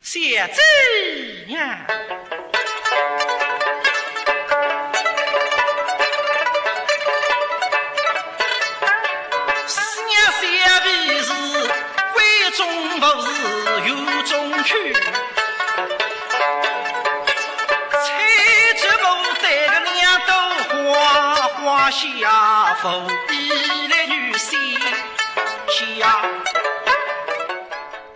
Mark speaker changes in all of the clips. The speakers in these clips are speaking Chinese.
Speaker 1: 写字呀。思念三笔是关中不是有中去，采菊不得个两朵花，花谢拂衣来女西下。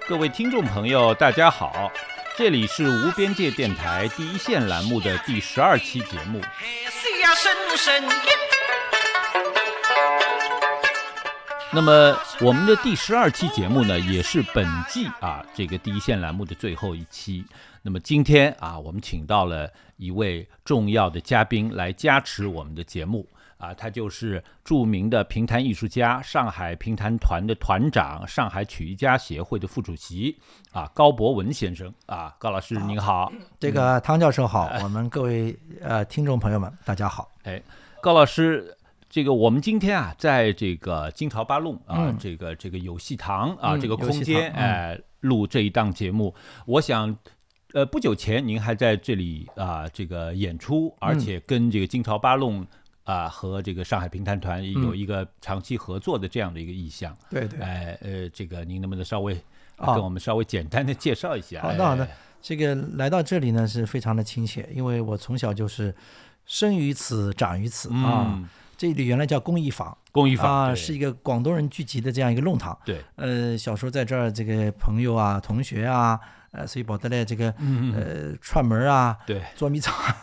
Speaker 2: 各位听众朋友，大家好，这里是无边界电台第一线栏目的第十二期节目。
Speaker 1: 海下深深一，
Speaker 2: 那么我们的第十二期节目呢，也是本季啊这个第一线栏目的最后一期。那么今天啊，我们请到了一位重要的嘉宾来加持我们的节目啊，他就是著名的评弹艺术家、上海评弹团的团长、上海曲艺家协会的副主席啊高博文先生啊，高老师您好。
Speaker 3: 这个
Speaker 2: 嗯
Speaker 3: 汤教授 好，我们各位呃听众朋友们，大家好。
Speaker 2: 哎，高老师，这个我们今天啊，在这个金朝八弄啊，
Speaker 3: 嗯
Speaker 2: 这个这个有戏堂啊，
Speaker 3: 嗯
Speaker 2: 这个
Speaker 3: 有
Speaker 2: 空
Speaker 3: 戏
Speaker 2: 间，
Speaker 3: 堂
Speaker 2: 哎、录这一档节目，我想。呃，不久前您还在这里啊、这个演出，而
Speaker 3: 嗯
Speaker 2: 且跟这个金朝八弄啊、和这个上海评弹团有
Speaker 3: 嗯
Speaker 2: 一个长期合作的这样的一个意向。
Speaker 3: 对对
Speaker 2: 哎呃，这个您能不能稍微、
Speaker 3: 啊
Speaker 2: 跟我们稍微简单的介绍一下？
Speaker 3: 好的好的
Speaker 2: 哎
Speaker 3: 这个来到这里呢是非常的亲切，因为我从小就是生于此，长于此啊。
Speaker 2: 嗯，
Speaker 3: 这里原来叫公益坊
Speaker 2: 公益坊
Speaker 3: 啊，
Speaker 2: 对
Speaker 3: 是一个广东人聚集的这样一个弄堂。
Speaker 2: 对，
Speaker 3: 呃，小时候在这儿，这个朋友啊、同学啊，呃，所以跑得来这个
Speaker 2: 嗯嗯
Speaker 3: 呃串门啊、
Speaker 2: 对
Speaker 3: 捉迷藏啊。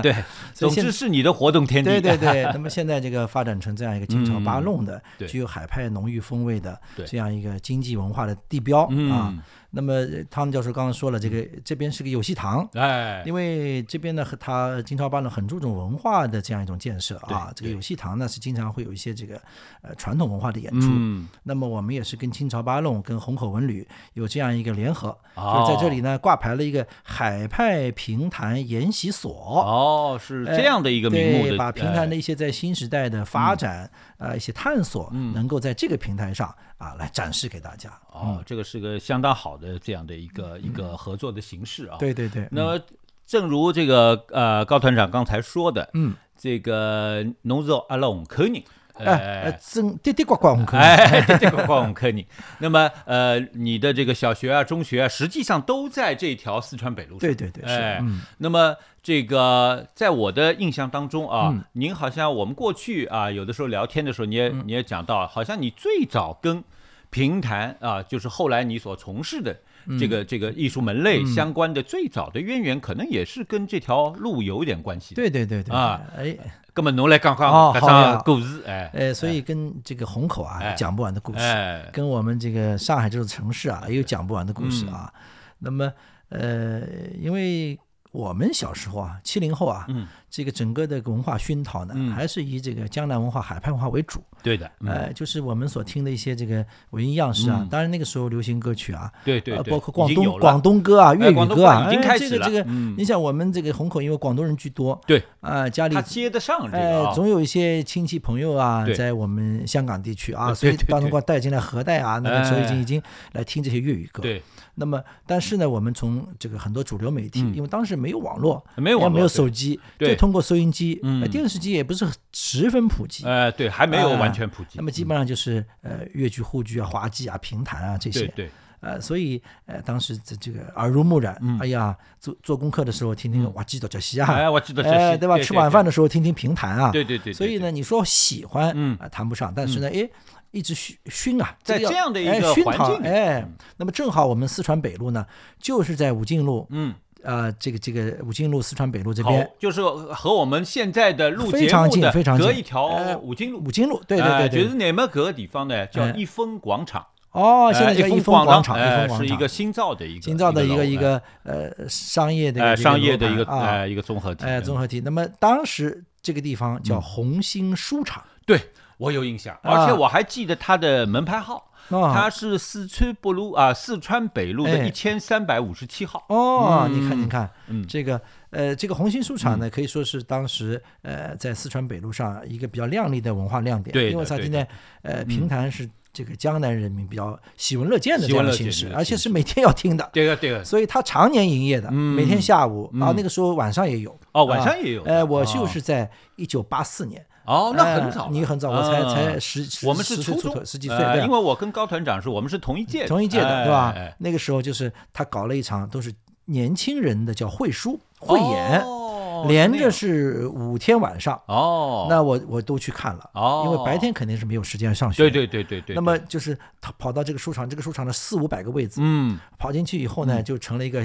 Speaker 2: 对，
Speaker 3: 所
Speaker 2: 总
Speaker 3: 以现
Speaker 2: 之是你的活动天地。嗯
Speaker 3: 对对对，那么现在这个发展成这样一个清朝八弄的
Speaker 2: 对，
Speaker 3: 具有海派浓郁风味的
Speaker 2: 对
Speaker 3: 这样一个经济文化的地标啊
Speaker 2: 嗯。，
Speaker 3: 那么呃汤姆教授刚刚说了，这个这边是个有戏堂。
Speaker 2: 哎，
Speaker 3: 因为这边呢，和他金朝八弄很注重文化的这样一种建设啊，
Speaker 2: 对
Speaker 3: 这个有戏堂呢是经常会有一些这个呃传统文化的演出。
Speaker 2: 嗯，
Speaker 3: 那么我们也是跟清朝八弄、跟虹口文旅有这样一个联合，
Speaker 2: 哦
Speaker 3: 就是在这里呢挂牌了一个海派评弹研习所。
Speaker 2: 哦，是这样的一个名目
Speaker 3: 对，
Speaker 2: 的，嗯
Speaker 3: 把平台的
Speaker 2: 哎
Speaker 3: 一些在新时代的发展，呃，一些探索，
Speaker 2: 嗯
Speaker 3: 能够在这个平台上啊来展示给大家。
Speaker 2: 哦，这个是个相当好的这样的一个一个合作的形式啊。，
Speaker 3: 对对对，
Speaker 2: 那么正如这个呃高团长刚才说的，
Speaker 3: 嗯，
Speaker 2: 这个侬是阿拉红口人，
Speaker 3: 哎，呃
Speaker 2: 哎。
Speaker 3: 真滴滴呱呱，我们可以
Speaker 2: 哎， 这个光红口人。那么，呃，你的这个小学啊、中学啊，实际上都在这条四川北路上。
Speaker 3: 对对对，是，
Speaker 2: 哎
Speaker 3: 嗯，
Speaker 2: 那么这个在我的印象当中啊，
Speaker 3: 嗯
Speaker 2: 您好像我们过去啊，有的时候聊天的时候，你也、你也讲到，好像你最早跟评弹啊，就是后来你所从事的
Speaker 3: 嗯
Speaker 2: 这个、这个艺术门类相关的最早的渊源，可能也是跟这条路有点关系。，
Speaker 3: 对对对对
Speaker 2: 啊，
Speaker 3: 哎
Speaker 2: 那么侬来讲讲
Speaker 3: 哦
Speaker 2: 搿
Speaker 3: 好呀
Speaker 2: 桩故事，哎
Speaker 3: 哎，所以跟这个虹口
Speaker 2: 哎
Speaker 3: 啊讲不完的故事，
Speaker 2: 哎，
Speaker 3: 跟我们这个上海这座城市啊也有讲不完的故事啊。
Speaker 2: 嗯
Speaker 3: 那么，呃，因为。我们小时候啊，七零后啊，
Speaker 2: 嗯
Speaker 3: 这个整个的文化熏陶呢，
Speaker 2: 嗯
Speaker 3: 还是以这个江南文化、海派文化为主。
Speaker 2: 对的，嗯
Speaker 3: 呃，就是我们所听的一些这个文艺样式啊，
Speaker 2: 嗯
Speaker 3: 当然那个时候流行歌曲啊，
Speaker 2: 对对
Speaker 3: 呃
Speaker 2: 对，
Speaker 3: 包括
Speaker 2: 已
Speaker 3: 广
Speaker 2: 经
Speaker 3: 东
Speaker 2: 有了
Speaker 3: 广东歌啊、粤语
Speaker 2: 广东
Speaker 3: 歌
Speaker 2: 话
Speaker 3: 啊，
Speaker 2: 已经
Speaker 3: 哎
Speaker 2: 开
Speaker 3: 这
Speaker 2: 始
Speaker 3: 个这
Speaker 2: 了
Speaker 3: 个
Speaker 2: 嗯，
Speaker 3: 你想我们这个虹口，因为广东人居多，
Speaker 2: 对，
Speaker 3: 啊，家里
Speaker 2: 他接得上这个、
Speaker 3: 哎
Speaker 2: 啊，
Speaker 3: 总有一些亲戚朋友啊
Speaker 2: 对，
Speaker 3: 在我们香港地区
Speaker 2: 呃
Speaker 3: 啊，所以
Speaker 2: 对对
Speaker 3: 当
Speaker 2: 对
Speaker 3: 时光带进来河带啊，那个时候已
Speaker 2: 哎
Speaker 3: 经已经来听这些粤语歌，。
Speaker 2: 对，
Speaker 3: 那么，但是呢，我们从这个很多主流媒体，
Speaker 2: 嗯
Speaker 3: 因为当时没有网络，
Speaker 2: 没有
Speaker 3: 也
Speaker 2: 网
Speaker 3: 没有
Speaker 2: 络
Speaker 3: 手机，
Speaker 2: 对
Speaker 3: 就通过收音机，
Speaker 2: 嗯
Speaker 3: 呃电视机也不是十分普及，
Speaker 2: 呃，对，还没有
Speaker 3: 啊
Speaker 2: 完全普及。
Speaker 3: 那么基
Speaker 2: 嗯
Speaker 3: 本上就是呃越剧、沪剧啊、滑稽啊、评弹啊这
Speaker 2: 对
Speaker 3: 些，
Speaker 2: 对，
Speaker 3: 呃，所以呃当时这这个耳濡目染，哎呀，做做功课的时候听听哇叽哆叫西
Speaker 2: 嗯哎，
Speaker 3: 啊，
Speaker 2: 我记得这些，
Speaker 3: 哎对吧？吃晚饭
Speaker 2: 的，
Speaker 3: 的时候听听评弹啊，
Speaker 2: 对对对，对
Speaker 3: 所以，呢，
Speaker 2: 对
Speaker 3: 你说喜欢，
Speaker 2: 嗯
Speaker 3: 啊，谈不上，但是呢，哎，一直熏熏啊，
Speaker 2: 在
Speaker 3: 个
Speaker 2: 这样的一
Speaker 3: 哎
Speaker 2: 个
Speaker 3: 熏
Speaker 2: 环
Speaker 3: 陶
Speaker 2: 境里嗯
Speaker 3: 哎，那么正好我们四川北路呢，就是在武进路，
Speaker 2: 嗯，
Speaker 3: 呃，这个这个武进路四川北路这
Speaker 2: 好
Speaker 3: 边，，
Speaker 2: 就是和我们现在的录
Speaker 3: 非
Speaker 2: 节
Speaker 3: 常
Speaker 2: 目
Speaker 3: 近
Speaker 2: 的
Speaker 3: 非常近
Speaker 2: 隔一条
Speaker 3: 哎
Speaker 2: 五金路，
Speaker 3: 武进路，对
Speaker 2: 哎
Speaker 3: 对对
Speaker 2: 就是
Speaker 3: 对，
Speaker 2: 你们隔个地方呢叫
Speaker 3: 哎
Speaker 2: 一峰广场，
Speaker 3: 哦，现
Speaker 2: 哎
Speaker 3: 在叫
Speaker 2: 一
Speaker 3: 一
Speaker 2: 峰
Speaker 3: 峰广场，一
Speaker 2: 哎
Speaker 3: 峰，广
Speaker 2: 是一
Speaker 3: 场
Speaker 2: 个。新造的一个
Speaker 3: 新造的一
Speaker 2: 楼
Speaker 3: 个一个呃商业的
Speaker 2: 哎哎
Speaker 3: 一个
Speaker 2: 商业的
Speaker 3: 楼
Speaker 2: 一个
Speaker 3: 盘啊
Speaker 2: 哎一嗯个综合体，
Speaker 3: 哎综
Speaker 2: 合
Speaker 3: 合体。那么当时这个地方叫红星书场
Speaker 2: 对。我有印象，
Speaker 3: 啊
Speaker 2: 而且我还记得它的门牌号，它
Speaker 3: 啊
Speaker 2: 是四川北路啊，四川北路的
Speaker 3: 哎
Speaker 2: 一千三百五十七号。
Speaker 3: 哦，
Speaker 2: 嗯
Speaker 3: 你看你看
Speaker 2: 嗯
Speaker 3: 这个呃这个红星书场呢，可以说是当时呃在四川北路上一个比较亮丽的文化亮点，
Speaker 2: 对的嗯
Speaker 3: 因为它
Speaker 2: 对
Speaker 3: 今
Speaker 2: 的
Speaker 3: 天呃评弹是这个江南人民比较喜闻乐见的这样的形
Speaker 2: 喜闻乐见
Speaker 3: 式，
Speaker 2: 的
Speaker 3: 而且是每天要听的，
Speaker 2: 对个对个，
Speaker 3: 所以它常年营业的，每天下午啊，那个时候晚上也有
Speaker 2: 哦晚上也有
Speaker 3: 啊呃，
Speaker 2: 的
Speaker 3: 我
Speaker 2: 哦
Speaker 3: 就是在一九八四年，
Speaker 2: 哦，那很早
Speaker 3: 哎
Speaker 2: 了，
Speaker 3: 你很早，我才
Speaker 2: 嗯
Speaker 3: 才十，十
Speaker 2: 我们是
Speaker 3: 十岁
Speaker 2: 初
Speaker 3: 出
Speaker 2: 中
Speaker 3: 头十几岁，
Speaker 2: 呃
Speaker 3: 对啊
Speaker 2: 因为我跟高团长是我们是同一 届的，
Speaker 3: 同一届的，
Speaker 2: 哎
Speaker 3: 对吧
Speaker 2: 哎哎？
Speaker 3: 那个时候就是他搞了一场都是年轻人的叫会书汇演，
Speaker 2: 哦
Speaker 3: 连
Speaker 2: 那样
Speaker 3: 着是五天晚上，
Speaker 2: 哦，
Speaker 3: 那我我都去看了，
Speaker 2: 哦
Speaker 3: 因为白天肯定是没有时间上学，
Speaker 2: 对对对对对，
Speaker 3: 那么
Speaker 2: 对
Speaker 3: 就是他跑到这个书场，这个书场的四五百个位子，
Speaker 2: 嗯
Speaker 3: 跑进去以后呢，就成了一个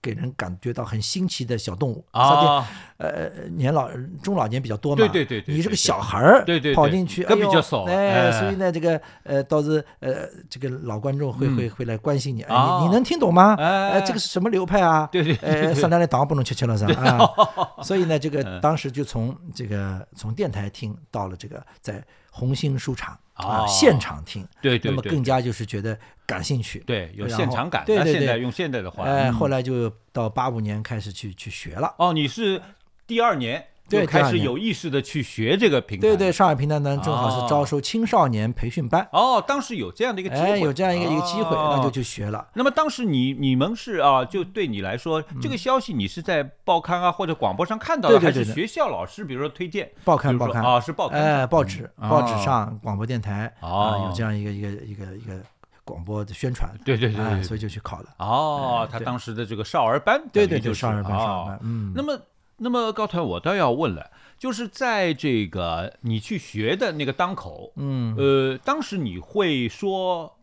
Speaker 3: 给人感觉到很新奇的小动物小
Speaker 2: 啊，
Speaker 3: 店呃，年老中老年比较多嘛，
Speaker 2: 对对对对对
Speaker 3: 你这个小孩儿，
Speaker 2: 对对对
Speaker 3: 跑进去，
Speaker 2: 这
Speaker 3: 哎
Speaker 2: 比
Speaker 3: 呦
Speaker 2: 较少
Speaker 3: 哎，
Speaker 2: 哎
Speaker 3: 所以呢，这个呃，倒是呃，这个老观众会
Speaker 2: 嗯
Speaker 3: 会会来关心你，哎，
Speaker 2: 哦
Speaker 3: 你你能听懂吗？
Speaker 2: 哎
Speaker 3: 哎，这个是什么流派啊？
Speaker 2: 对对对嗯
Speaker 3: 哎，上来的党不能吃吃了噻啊， 所以呢，这个当时就从这个从电台听到了这个在红星书场
Speaker 2: 哦
Speaker 3: 啊现场听，
Speaker 2: 对对
Speaker 3: 那么
Speaker 2: 对
Speaker 3: 更加就是觉得感兴趣，
Speaker 2: 对有
Speaker 3: 然
Speaker 2: 现
Speaker 3: 后
Speaker 2: 场感，
Speaker 3: 对
Speaker 2: 那
Speaker 3: 对
Speaker 2: 现在
Speaker 3: 对，
Speaker 2: 用现在的话，
Speaker 3: 哎，
Speaker 2: 嗯
Speaker 3: 后来就到八五年开始去去学了。
Speaker 2: 哦，你是第二年就
Speaker 3: 对
Speaker 2: 开
Speaker 3: 第二
Speaker 2: 始
Speaker 3: 年
Speaker 2: 有意识的去学这个平台，
Speaker 3: 对对，，上海平台呢正好
Speaker 2: 哦
Speaker 3: 是招收青少年培训班，
Speaker 2: 哦，当时有这样的一个机
Speaker 3: 哎，
Speaker 2: 会，
Speaker 3: 有这样一个一个机会，那就
Speaker 2: 哦
Speaker 3: 去学了。
Speaker 2: 那么当时你你们是啊，就对你来说，这个消息你是在报刊啊或者广播上看到的，
Speaker 3: 嗯对对
Speaker 2: 还
Speaker 3: 对
Speaker 2: 是
Speaker 3: 对
Speaker 2: 学校老师比如说推荐？
Speaker 3: 报刊
Speaker 2: 比如
Speaker 3: 报
Speaker 2: 说
Speaker 3: 刊
Speaker 2: 啊，是报刊
Speaker 3: 哎，报纸
Speaker 2: 嗯
Speaker 3: 报纸
Speaker 2: 哦
Speaker 3: 上广播电台
Speaker 2: 哦
Speaker 3: 啊，有这样一个一个一个一个广播的宣传，
Speaker 2: 对对对对
Speaker 3: 哎
Speaker 2: 对
Speaker 3: 所以就去考了。
Speaker 2: 哦，他
Speaker 3: 哎对
Speaker 2: 当时的这个少儿班，
Speaker 3: 对
Speaker 2: 等于
Speaker 3: 对
Speaker 2: 就
Speaker 3: 对，
Speaker 2: 是
Speaker 3: 少儿班少儿
Speaker 2: 哦
Speaker 3: 班，嗯，
Speaker 2: 那么，那么高团，我倒要问了，就是在这个你去学的那个当口，
Speaker 3: 嗯
Speaker 2: 呃，当时你会说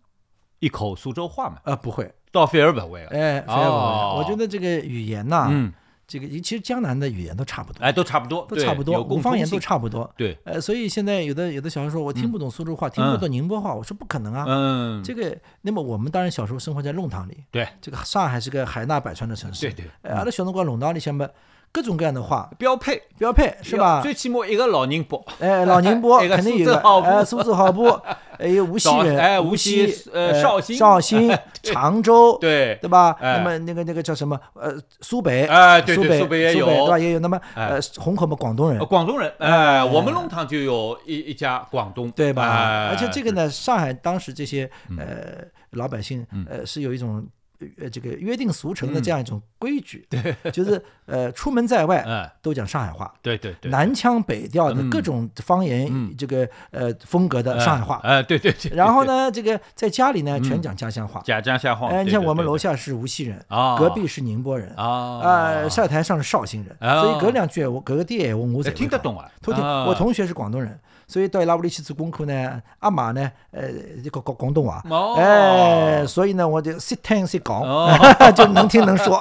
Speaker 2: 一口苏州话吗？
Speaker 3: 呃不会，
Speaker 2: 到菲尔本位了，
Speaker 3: 哎，非常不
Speaker 2: 哦
Speaker 3: 会。我觉得这个语言呐，
Speaker 2: 嗯，
Speaker 3: 这个其实江南的语言都差不多，
Speaker 2: 哎，都差不多，
Speaker 3: 都
Speaker 2: 对
Speaker 3: 差不
Speaker 2: 有
Speaker 3: 多，
Speaker 2: 共
Speaker 3: 方言
Speaker 2: 通
Speaker 3: 都
Speaker 2: 性
Speaker 3: 差不多。
Speaker 2: 对，
Speaker 3: 呃，所以现在有的有的小孩说我听不懂苏州话，听不懂宁波话，我说不可能啊，
Speaker 2: 嗯，
Speaker 3: 这个，那么我们当然小时候生活在弄堂里，
Speaker 2: 对
Speaker 3: 这个上海是个海纳百川的城市，
Speaker 2: 对对
Speaker 3: 哎，阿拉小辰光弄堂里向么各种各样的话
Speaker 2: 标配
Speaker 3: 标配是吧？
Speaker 2: 最起码一个老宁波，
Speaker 3: 哎，老宁波
Speaker 2: 一个
Speaker 3: 肯定有
Speaker 2: 苏
Speaker 3: 个
Speaker 2: 州好，
Speaker 3: 哎，苏州好步，还有无锡人，
Speaker 2: 早哎无
Speaker 3: 无
Speaker 2: 锡呃绍兴、
Speaker 3: 绍兴
Speaker 2: 对
Speaker 3: 常州，
Speaker 2: 对
Speaker 3: 对吧？
Speaker 2: 哎
Speaker 3: 那么那个那个叫什么？呃，苏北，
Speaker 2: 哎对对
Speaker 3: 苏北
Speaker 2: 苏北也有
Speaker 3: 对吧？也有。那么
Speaker 2: 哎
Speaker 3: 呃，虹口嘛，广东人
Speaker 2: 呃，广东人，哎，我们弄堂就有一一家广东，
Speaker 3: 对吧？
Speaker 2: 哎嗯
Speaker 3: 而且这个，呢，上海当时这些呃老百姓呃是有一种。呃，这个约定俗成
Speaker 2: 嗯
Speaker 3: 的这样一种规矩，对， 就是呃，出门在外
Speaker 2: 哎，
Speaker 3: 都讲上海话，
Speaker 2: 对对对，
Speaker 3: 南腔北调的
Speaker 2: 嗯
Speaker 3: 各种方言，这个呃风格的上海话。
Speaker 2: 哎，对对对，
Speaker 3: 然 后呢，这个在家里呢，全讲家乡话。
Speaker 2: 贾家下晃，
Speaker 3: 哎，你
Speaker 2: 对
Speaker 3: 像
Speaker 2: 对
Speaker 3: 我们
Speaker 2: 对
Speaker 3: 楼
Speaker 2: 对
Speaker 3: 下是无锡人
Speaker 2: 哦，
Speaker 3: 隔壁是宁波人，
Speaker 2: 啊
Speaker 3: 呃，晒台上是绍兴人，
Speaker 2: 哦
Speaker 3: 所以隔两句我隔个地我我
Speaker 2: 哎
Speaker 3: 才
Speaker 2: 听得懂啊
Speaker 3: 偷听，
Speaker 2: 啊
Speaker 3: 我同学是广东人，所以到伊拉屋里去做功课呢，阿妈呢，呃，就讲讲广东话
Speaker 2: 哦，
Speaker 3: 哎，所以呢，我就谁听谁讲，
Speaker 2: 哦，
Speaker 3: 就能听能 说，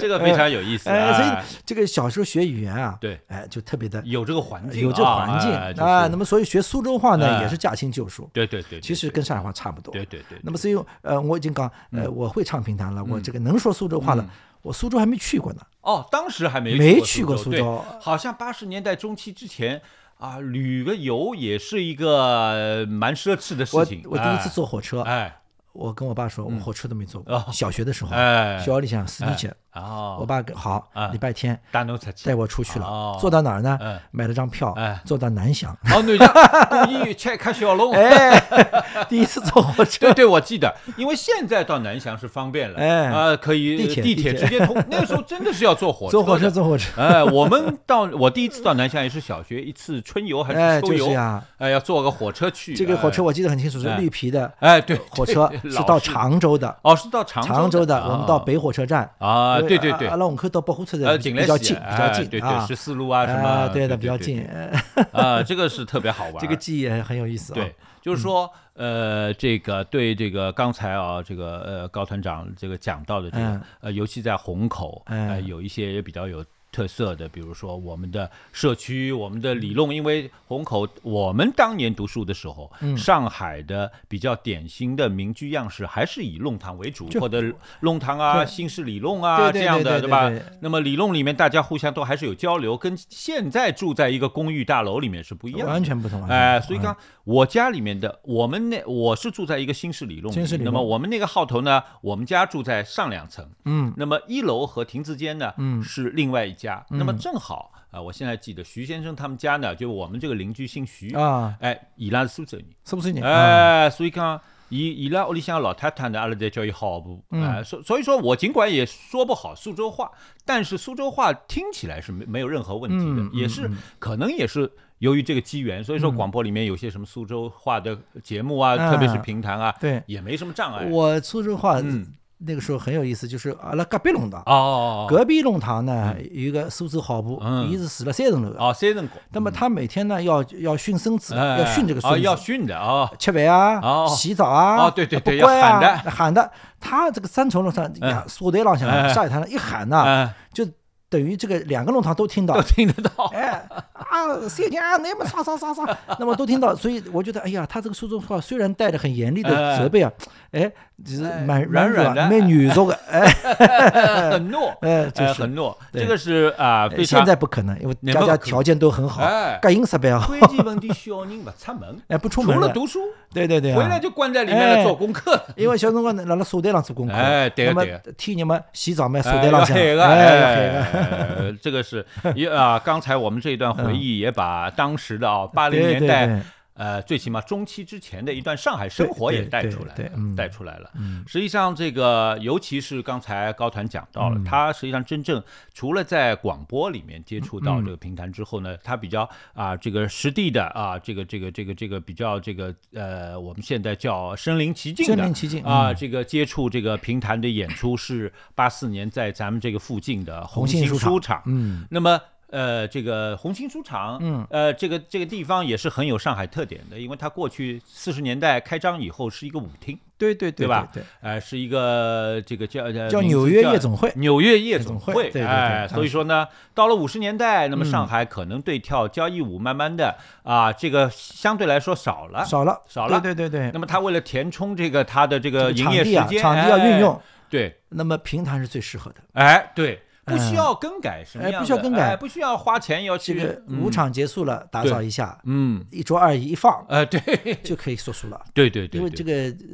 Speaker 2: 这个非常有意思
Speaker 3: 哎，所
Speaker 2: 啊
Speaker 3: 以，这个小时候学语言啊，
Speaker 2: 对，
Speaker 3: 哎，就特别的
Speaker 2: 有这个环境啊，
Speaker 3: 有这环境
Speaker 2: 哎
Speaker 3: 啊，那，
Speaker 2: 就是
Speaker 3: 么所以学苏州话
Speaker 2: 哎
Speaker 3: 呢，也是驾轻就熟，
Speaker 2: 对对对，对
Speaker 3: 其实跟上海话差不多，
Speaker 2: 对对嗯对，
Speaker 3: 那么所以呃，我已经讲呃，我会唱评弹了，我这个能说苏州话
Speaker 2: 嗯
Speaker 3: 了，我苏州还没去过呢。
Speaker 2: 哦，当时还没
Speaker 3: 没
Speaker 2: 去
Speaker 3: 去
Speaker 2: 过苏
Speaker 3: 过苏
Speaker 2: 州，
Speaker 3: 州
Speaker 2: 对好像八十年代中期之前啊，旅个游也是一个呃蛮奢侈的事
Speaker 3: 我
Speaker 2: 情。
Speaker 3: 我第一次坐火车，
Speaker 2: 哎，
Speaker 3: 我跟我爸说，我火车都没坐过
Speaker 2: 哦。
Speaker 3: 小学的时候，
Speaker 2: 哎
Speaker 3: 学校里向四年级，
Speaker 2: 哎，哦，
Speaker 3: 我爸跟好
Speaker 2: 啊
Speaker 3: 礼拜天
Speaker 2: 大侬出去
Speaker 3: 带，我出去
Speaker 2: 哦
Speaker 3: 了，坐到哪儿呢
Speaker 2: 哎？
Speaker 3: 买了张票
Speaker 2: 哎，
Speaker 3: 坐到南翔。
Speaker 2: 哦，南疆故意吃一颗小龙。
Speaker 3: 哎， 第一次坐火车
Speaker 2: 对，对，我记得，因为现在到南翔是方便了，
Speaker 3: 哎
Speaker 2: 啊，可以
Speaker 3: 地铁
Speaker 2: 地
Speaker 3: 地
Speaker 2: 铁
Speaker 3: 铁
Speaker 2: 直接通。 那个时候真的是要坐火车，
Speaker 3: 坐火车，坐火车，
Speaker 2: 哎，我们到我第一次到南翔也是小学一次春游还
Speaker 3: 哎
Speaker 2: 是秋
Speaker 3: 就是
Speaker 2: 游
Speaker 3: 呀
Speaker 2: 哎，要坐个火车去。
Speaker 3: 这个火车
Speaker 2: 哎，
Speaker 3: 我记得很清楚，是
Speaker 2: 哎
Speaker 3: 绿皮的
Speaker 2: 哎，对，
Speaker 3: 火车
Speaker 2: 对
Speaker 3: 是
Speaker 2: 老
Speaker 3: 到
Speaker 2: 式
Speaker 3: 常州的，
Speaker 2: 哦，是到常
Speaker 3: 常州的，
Speaker 2: 啊
Speaker 3: 我们到北火车站
Speaker 2: 啊，对对对
Speaker 3: 阿，拉虹口到北火车
Speaker 2: 呃，
Speaker 3: 站
Speaker 2: 近来
Speaker 3: 比较
Speaker 2: 是
Speaker 3: 近，
Speaker 2: 哎
Speaker 3: 比较近
Speaker 2: 对
Speaker 3: 啊
Speaker 2: 对，。十四路啊什么，
Speaker 3: 啊，对的，比较近，呃
Speaker 2: 啊，这个是特别好玩。
Speaker 3: 这个记忆还很有意思啊。
Speaker 2: 对，就是说，呃，这个对这个刚才啊，这个呃高团长这个讲到的这个
Speaker 3: 嗯，
Speaker 2: 呃，尤其在虹口，
Speaker 3: 嗯
Speaker 2: 呃，有一些比较有。特色的，比如说我们的社区、我们的里弄，因为虹口，我们当年读书的时候，
Speaker 3: 嗯
Speaker 2: 上海的比较典型的民居样式还是以弄堂为主，
Speaker 3: 就
Speaker 2: 或者弄堂啊、
Speaker 3: 对
Speaker 2: 新式里弄啊
Speaker 3: 对对
Speaker 2: 这样的，
Speaker 3: 对对
Speaker 2: 对吧
Speaker 3: 对对？
Speaker 2: 那么里弄里面大家互相都还是有交流，跟现在住在一个公寓大楼里面是不一样的，
Speaker 3: 完全不同完全
Speaker 2: 哎、
Speaker 3: 不同
Speaker 2: 所以刚我家里面的，我们那我是住在一个新式里弄里，
Speaker 3: 新式里
Speaker 2: 那
Speaker 3: 弄
Speaker 2: 么我们那个号头呢，我们家住在上两层，
Speaker 3: 嗯，
Speaker 2: 那么一楼和亭子间呢，嗯，是另外一家。那么正好啊、呃我现在记得徐先生他们家呢，就我们这个邻居姓徐
Speaker 3: 啊，
Speaker 2: 哎，伊拉是苏州人。
Speaker 3: 是不是你？啊，
Speaker 2: 哎，所以讲，伊伊拉屋里向老太太呢，阿拉在叫伊好婆，
Speaker 3: 嗯
Speaker 2: 哎，所所以说我尽管也说不好苏州话，但是苏州话听起来是没没有任何问题的，
Speaker 3: 嗯
Speaker 2: 也是可能也是由于这个机缘，所以说广播里面有些什么苏州话的节目啊，
Speaker 3: 啊
Speaker 2: 特别是评弹啊，
Speaker 3: 对
Speaker 2: 也没什么障碍。
Speaker 3: 我苏州话
Speaker 2: 哎嗯
Speaker 3: 那个时候很有意思，就是阿拉隔壁弄堂，
Speaker 2: 哦哦
Speaker 3: 隔壁弄堂呢有一个苏州好婆，
Speaker 2: 嗯
Speaker 3: 伊是住了三层楼的。
Speaker 2: 哦，三人过，
Speaker 3: 那么他每天呢要要训孙子，
Speaker 2: 哎
Speaker 3: 要训这个
Speaker 2: 哦，
Speaker 3: 孙
Speaker 2: 要
Speaker 3: 子，
Speaker 2: 训的哦，
Speaker 3: 吃饭啊
Speaker 2: 哦，
Speaker 3: 洗澡啊，
Speaker 2: 哦对对对
Speaker 3: 不乖啊
Speaker 2: 要喊的嗯
Speaker 3: 喊的。他这个三层楼上呀，锁台浪向
Speaker 2: 哎
Speaker 3: 下一台上一喊
Speaker 2: 啊，
Speaker 3: 呐，就等于这个两个弄堂都听到
Speaker 2: 都，听得到，
Speaker 3: 哎啊，谁家那么啥啥 啥啥，那么都听到，所以我觉得，哎呀，他这个苏州话虽然带着很严厉的责备啊，哎，就是蛮
Speaker 2: 软软
Speaker 3: 软
Speaker 2: 的
Speaker 3: 蛮 软弱的，哎，
Speaker 2: 很糯，
Speaker 3: 哎就是
Speaker 2: 哎很糯，
Speaker 3: 对哎
Speaker 2: 这个是啊，非常
Speaker 3: 现在不可能，因为
Speaker 2: 那
Speaker 3: 大
Speaker 2: 不
Speaker 3: 家
Speaker 2: 可
Speaker 3: 条件都很好
Speaker 2: 哎，
Speaker 3: 隔音设备好
Speaker 2: 关，键问题，小人不出门，
Speaker 3: 啊哎，不出
Speaker 2: 除
Speaker 3: 门
Speaker 2: 了读书，
Speaker 3: 对对对啊，
Speaker 2: 回来就关在里面来做功课了。
Speaker 3: 因为小辰光呢，辣辣沙滩上做功课，
Speaker 2: 哎对
Speaker 3: 那
Speaker 2: 个
Speaker 3: 么
Speaker 2: 对个
Speaker 3: 天热嘛，洗澡嘛，沙
Speaker 2: 哎
Speaker 3: 滩
Speaker 2: 要
Speaker 3: 浪向，
Speaker 2: 海
Speaker 3: 哎，
Speaker 2: 个，
Speaker 3: 要海个，
Speaker 2: 哎， 这个是也啊。刚才我们这一段回忆也把当时的啊八零
Speaker 3: 嗯对
Speaker 2: 年
Speaker 3: 对
Speaker 2: 代
Speaker 3: 对，
Speaker 2: 呃，最起码中期之前的一段上海生活也
Speaker 3: 对对
Speaker 2: 带
Speaker 3: 对
Speaker 2: 出来
Speaker 3: 对
Speaker 2: 了
Speaker 3: 嗯，
Speaker 2: 带出来了。实际上，这个尤其是刚才高团讲到
Speaker 3: 嗯
Speaker 2: 了，他实际上真正除了在广播里面接触到这个评弹之后
Speaker 3: 嗯
Speaker 2: 呢，他比较啊这个实地的啊这个这个这个这个比较这个呃我们现在叫身临其境的
Speaker 3: 身临其境
Speaker 2: 啊
Speaker 3: 嗯
Speaker 2: 这个接触这个评弹的演出是八四年在咱们这个附近的红
Speaker 3: 红
Speaker 2: 星
Speaker 3: 星书
Speaker 2: 书场，
Speaker 3: 嗯，
Speaker 2: 那么。呃，这个红星书场，嗯，呃，这个这个地方也是很有上海特点的，因为它过去四十年代开张以后是一个舞厅，
Speaker 3: 对对
Speaker 2: 对吧？
Speaker 3: 对，
Speaker 2: 呃，是一个这个叫嗯呃
Speaker 3: 叫
Speaker 2: 名字
Speaker 3: 纽约夜总会
Speaker 2: 纽约夜总
Speaker 3: 夜总会对对对
Speaker 2: 哎，
Speaker 3: 当时嗯
Speaker 2: 所以说呢，到了五十年代，那么上海可能对跳交谊舞慢慢的啊，这个相对来说少了，
Speaker 3: 少了
Speaker 2: 少了
Speaker 3: 对对对
Speaker 2: 那
Speaker 3: 对，
Speaker 2: 么他为了填充这个他的这个营
Speaker 3: 哎场
Speaker 2: 业时
Speaker 3: 地啊，
Speaker 2: 间，
Speaker 3: 场地要运用
Speaker 2: 哎，，对，
Speaker 3: 那么平潭是最适合的。
Speaker 2: 哎，对，不需要更改什么
Speaker 3: 嗯哎
Speaker 2: 样的，
Speaker 3: 不需要更改
Speaker 2: 哎不需要花钱要
Speaker 3: 这
Speaker 2: 去
Speaker 3: 个
Speaker 2: 嗯
Speaker 3: 舞场结束了，打扫一下，
Speaker 2: 嗯，
Speaker 3: 一桌二椅一放
Speaker 2: 呃，对，
Speaker 3: 就可以结束了。
Speaker 2: 对对对，
Speaker 3: 因为
Speaker 2: 对
Speaker 3: 这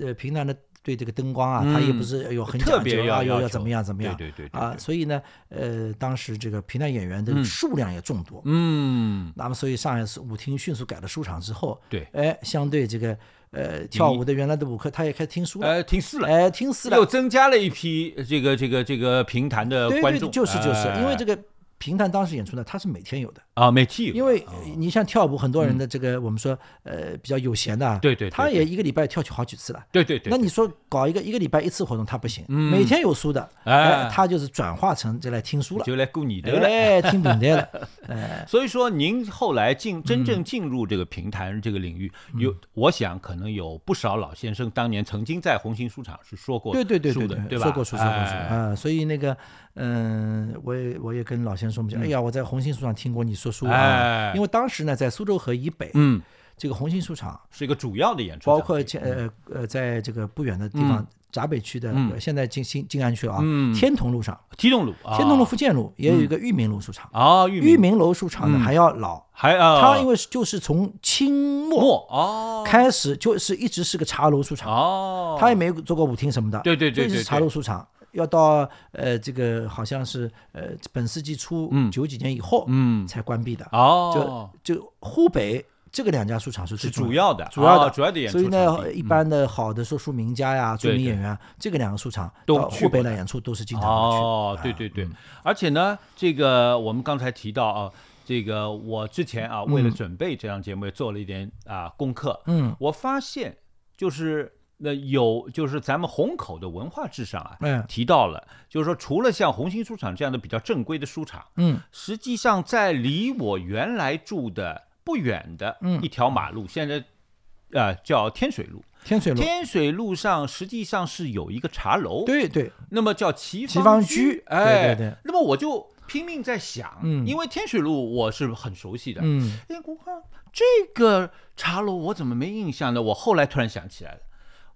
Speaker 3: 个呃，平潭的对这个灯光啊，
Speaker 2: 嗯
Speaker 3: 它也不是有很
Speaker 2: 特
Speaker 3: 讲
Speaker 2: 别
Speaker 3: 究
Speaker 2: 要
Speaker 3: 啊，又
Speaker 2: 要
Speaker 3: 怎
Speaker 2: 求
Speaker 3: 么样怎么样，
Speaker 2: 对对对对
Speaker 3: 啊，
Speaker 2: 对
Speaker 3: 所以呢，呃，当时这个平潭演员的数量也众多，
Speaker 2: 嗯，
Speaker 3: 那么所以上海市舞厅迅速改了书场之后，
Speaker 2: 对
Speaker 3: 哎，相对这个呃跳舞的原来的舞客他也开始听书了，
Speaker 2: 呃，听四了，
Speaker 3: 哎，听书了
Speaker 2: 又，增加了一批这个这个这个评弹的
Speaker 3: 对
Speaker 2: 观
Speaker 3: 对，
Speaker 2: 众，哎
Speaker 3: 就是就是，因为这
Speaker 2: 个
Speaker 3: 个平潭当时演出呢，它是每天有的。
Speaker 2: 啊，每期有，
Speaker 3: 因为你像跳舞，很多人的这个我们说呃比较有闲的啊，
Speaker 2: 对对对
Speaker 3: 他也一个礼拜跳去好几次了。
Speaker 2: 对对对，嗯
Speaker 3: 那你说搞一个一个礼拜一次活动，他不行，每天有书的，
Speaker 2: 哎
Speaker 3: 哎，他就是转化成就来听 书了，
Speaker 2: 就来顾你得了。
Speaker 3: 哎，听平台 了，
Speaker 2: 所以说，您后来
Speaker 3: 嗯
Speaker 2: 进真正进入这个评弹这个领域，有我想可能有不少老先生当年曾经在红星书场是说过
Speaker 3: 对对对
Speaker 2: 书
Speaker 3: 对
Speaker 2: 的，
Speaker 3: 对，
Speaker 2: 吧？
Speaker 3: 说过书说过书
Speaker 2: 哎
Speaker 3: 啊，所以那个嗯，我也我也跟老先生说，我们讲，哎呀，我在红星书上听过你说书
Speaker 2: 嗯哎
Speaker 3: 啊，因为当时呢，在苏州河以北，
Speaker 2: 嗯，
Speaker 3: 这个红星书场
Speaker 2: 是一个主要的演出场嗯
Speaker 3: 包
Speaker 2: 地，
Speaker 3: 括前呃呃，在这个不远的地方，闸北区的，
Speaker 2: 嗯
Speaker 3: 呃现在静新静安区了啊，天潼路上，
Speaker 2: 基动路嗯啊，嗯
Speaker 3: 天潼路福建路也有一个裕民路书场，
Speaker 2: 啊，玉
Speaker 3: 裕民楼书场
Speaker 2: 嗯
Speaker 3: 呢还要老，
Speaker 2: 还啊，
Speaker 3: 它因为是就是从清末
Speaker 2: 末哦
Speaker 3: 开始就是一直是个茶楼书场，
Speaker 2: 哦，
Speaker 3: 它也没有做过舞厅什么的，
Speaker 2: 对对对对
Speaker 3: 就一直
Speaker 2: 对
Speaker 3: 是茶楼书场。要到呃，这个好像是呃本世纪初九几年以后，嗯，才关闭的。
Speaker 2: 哦
Speaker 3: 就，就湖北这个两家书场是
Speaker 2: 是
Speaker 3: 最重
Speaker 2: 主
Speaker 3: 要的。
Speaker 2: 要的，
Speaker 3: 主要
Speaker 2: 啊
Speaker 3: 的
Speaker 2: 主要的演出
Speaker 3: 所以
Speaker 2: 场
Speaker 3: 呢，
Speaker 2: 地嗯
Speaker 3: 一般的好的说书名家呀、著
Speaker 2: 对
Speaker 3: 名
Speaker 2: 对
Speaker 3: 演员，这个两个书场
Speaker 2: 都
Speaker 3: 到
Speaker 2: 去
Speaker 3: 湖北
Speaker 2: 过
Speaker 3: 来演出都是经常会去。嗯
Speaker 2: 哦，对对对，而且呢，这个我们刚才提到啊，这个我之前啊，为了准备这档节目，也做了一点啊功课。
Speaker 3: 嗯，
Speaker 2: 我发现就是那有就是咱们虹口的文化志上啊，
Speaker 3: 嗯
Speaker 2: 提到了，就是说除了像红星书场这样的比较正规的书场，
Speaker 3: 嗯，
Speaker 2: 实际上在离我原来住的不远的
Speaker 3: 嗯
Speaker 2: 一条马路，现在呃叫天水路。
Speaker 3: 天水路，
Speaker 2: 天水路上实际上是有一个茶楼，
Speaker 3: 对对，
Speaker 2: 那么叫齐
Speaker 3: 齐方
Speaker 2: 居
Speaker 3: 居，
Speaker 2: 哎，
Speaker 3: 对对对
Speaker 2: 那么我就拼命在想，
Speaker 3: 嗯
Speaker 2: 因为天水路我是很熟悉的，
Speaker 3: 嗯，
Speaker 2: 哎，我看这个茶楼我怎么没印象呢？我后来突然想起来了，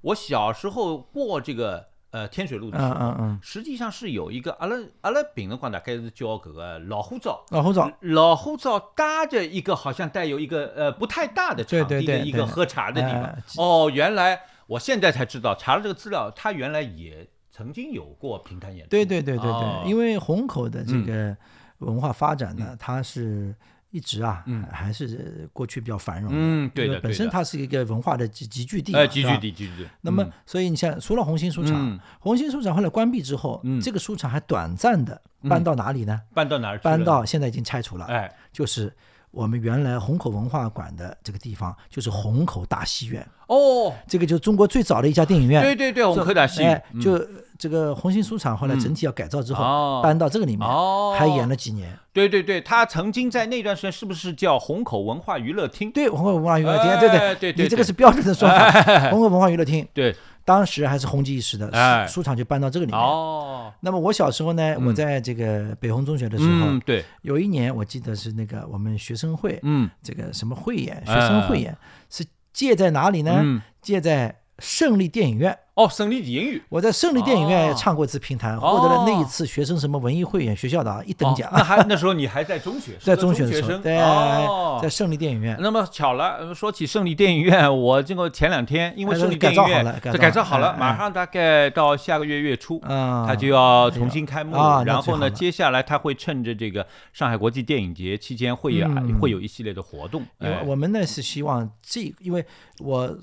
Speaker 2: 我小时候过这个呃天水路的时
Speaker 3: 嗯
Speaker 2: 候，
Speaker 3: 嗯嗯，
Speaker 2: 实际上是有一个阿拉阿拉平辰光大概是叫搿个老虎灶。
Speaker 3: 老胡哦总，
Speaker 2: 老虎灶搭着一个好像带有一个呃不太大的场
Speaker 3: 对
Speaker 2: 地
Speaker 3: 对
Speaker 2: 的
Speaker 3: 对
Speaker 2: 一个
Speaker 3: 对
Speaker 2: 喝茶的地方
Speaker 3: 哎。
Speaker 2: 哦，原来我现在才知道，查了这个资料，它原来也曾经有过平潭演出。
Speaker 3: 对对对对
Speaker 2: 哦嗯
Speaker 3: 对，因为虹口的这个文化发展呢，它是一直啊，还是过去比较繁荣的。
Speaker 2: 嗯对
Speaker 3: 因为
Speaker 2: 的
Speaker 3: 本
Speaker 2: 对
Speaker 3: 身
Speaker 2: 的
Speaker 3: 它是一个文化的集集聚地嘛，
Speaker 2: 哎，集
Speaker 3: 是
Speaker 2: 聚
Speaker 3: 吧
Speaker 2: 地，集聚地。
Speaker 3: 那么，所以你像除了红星书
Speaker 2: 嗯
Speaker 3: 场，红星书场后来关闭之后，这个书场还短暂的搬到哪里呢？
Speaker 2: 搬到哪儿去了？
Speaker 3: 搬到现在已经拆除了，
Speaker 2: 嗯哎，
Speaker 3: 就是我们原来虹口文化馆的这个地方，就是虹口大戏院，
Speaker 2: 哦，
Speaker 3: 这个就是中国最早的一家电影院。
Speaker 2: 对对对，红科大戏，
Speaker 3: 哎
Speaker 2: 嗯，
Speaker 3: 就这个红星书场后来整体要改造之
Speaker 2: 哦
Speaker 3: 后，搬到这个里面
Speaker 2: 哦，
Speaker 3: 还演了几年。
Speaker 2: 对对对，他曾经在那段时间是不是叫虹口文化娱乐厅？
Speaker 3: 对，虹口文化娱乐厅，
Speaker 2: 哎
Speaker 3: 对
Speaker 2: 对对
Speaker 3: 你这
Speaker 2: 对
Speaker 3: 个是标准的说 法。虹口文化娱乐厅
Speaker 2: 对，
Speaker 3: 当时还是红极一时的
Speaker 2: 哎，
Speaker 3: 书书场就搬到这个里面。
Speaker 2: 哦，
Speaker 3: 那么我小时候呢，我在这个北红中学的时
Speaker 2: 嗯，
Speaker 3: 候，
Speaker 2: 对，
Speaker 3: 有一年我记得是那个我们学生会，
Speaker 2: 嗯，
Speaker 3: 这个什么汇演，学
Speaker 2: 哎
Speaker 3: 生汇演是借在哪里
Speaker 2: 嗯
Speaker 3: 呢？借在胜利电影院。
Speaker 2: 哦，省立英语，
Speaker 3: 我在胜利电影
Speaker 2: 哦
Speaker 3: 院唱过一次评弹，获得了那一次学生什么文艺汇演学校的啊一等奖
Speaker 2: 哦，那还那时候你还在中学，是
Speaker 3: 在
Speaker 2: 个中
Speaker 3: 学的时候，
Speaker 2: 生，
Speaker 3: 对
Speaker 2: 哦，，
Speaker 3: 在胜利电影院。
Speaker 2: 那么巧了，呃说起胜利电影院，我经过前两天，因为
Speaker 3: 哎
Speaker 2: 胜利
Speaker 3: 改
Speaker 2: 电影
Speaker 3: 造
Speaker 2: 院
Speaker 3: 好了
Speaker 2: 这
Speaker 3: 改造
Speaker 2: 改造好
Speaker 3: 好了
Speaker 2: 了，
Speaker 3: 哎
Speaker 2: 马上大概到下个月月初，
Speaker 3: 啊
Speaker 2: 它就要重新开幕
Speaker 3: 哎呦啊。那
Speaker 2: 然后
Speaker 3: 最好
Speaker 2: 呢，
Speaker 3: 了
Speaker 2: 接下来它会趁着这个上海国际电影节期间，会有啊
Speaker 3: 嗯
Speaker 2: 会有一系列的活动。
Speaker 3: 因为
Speaker 2: 哎
Speaker 3: 我们呢是希望这，因为我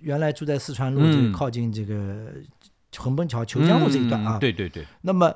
Speaker 3: 原来住在四川路
Speaker 2: 嗯
Speaker 3: 这个靠近这个横奔桥虬江路这一段啊
Speaker 2: 嗯，对对对
Speaker 3: 那么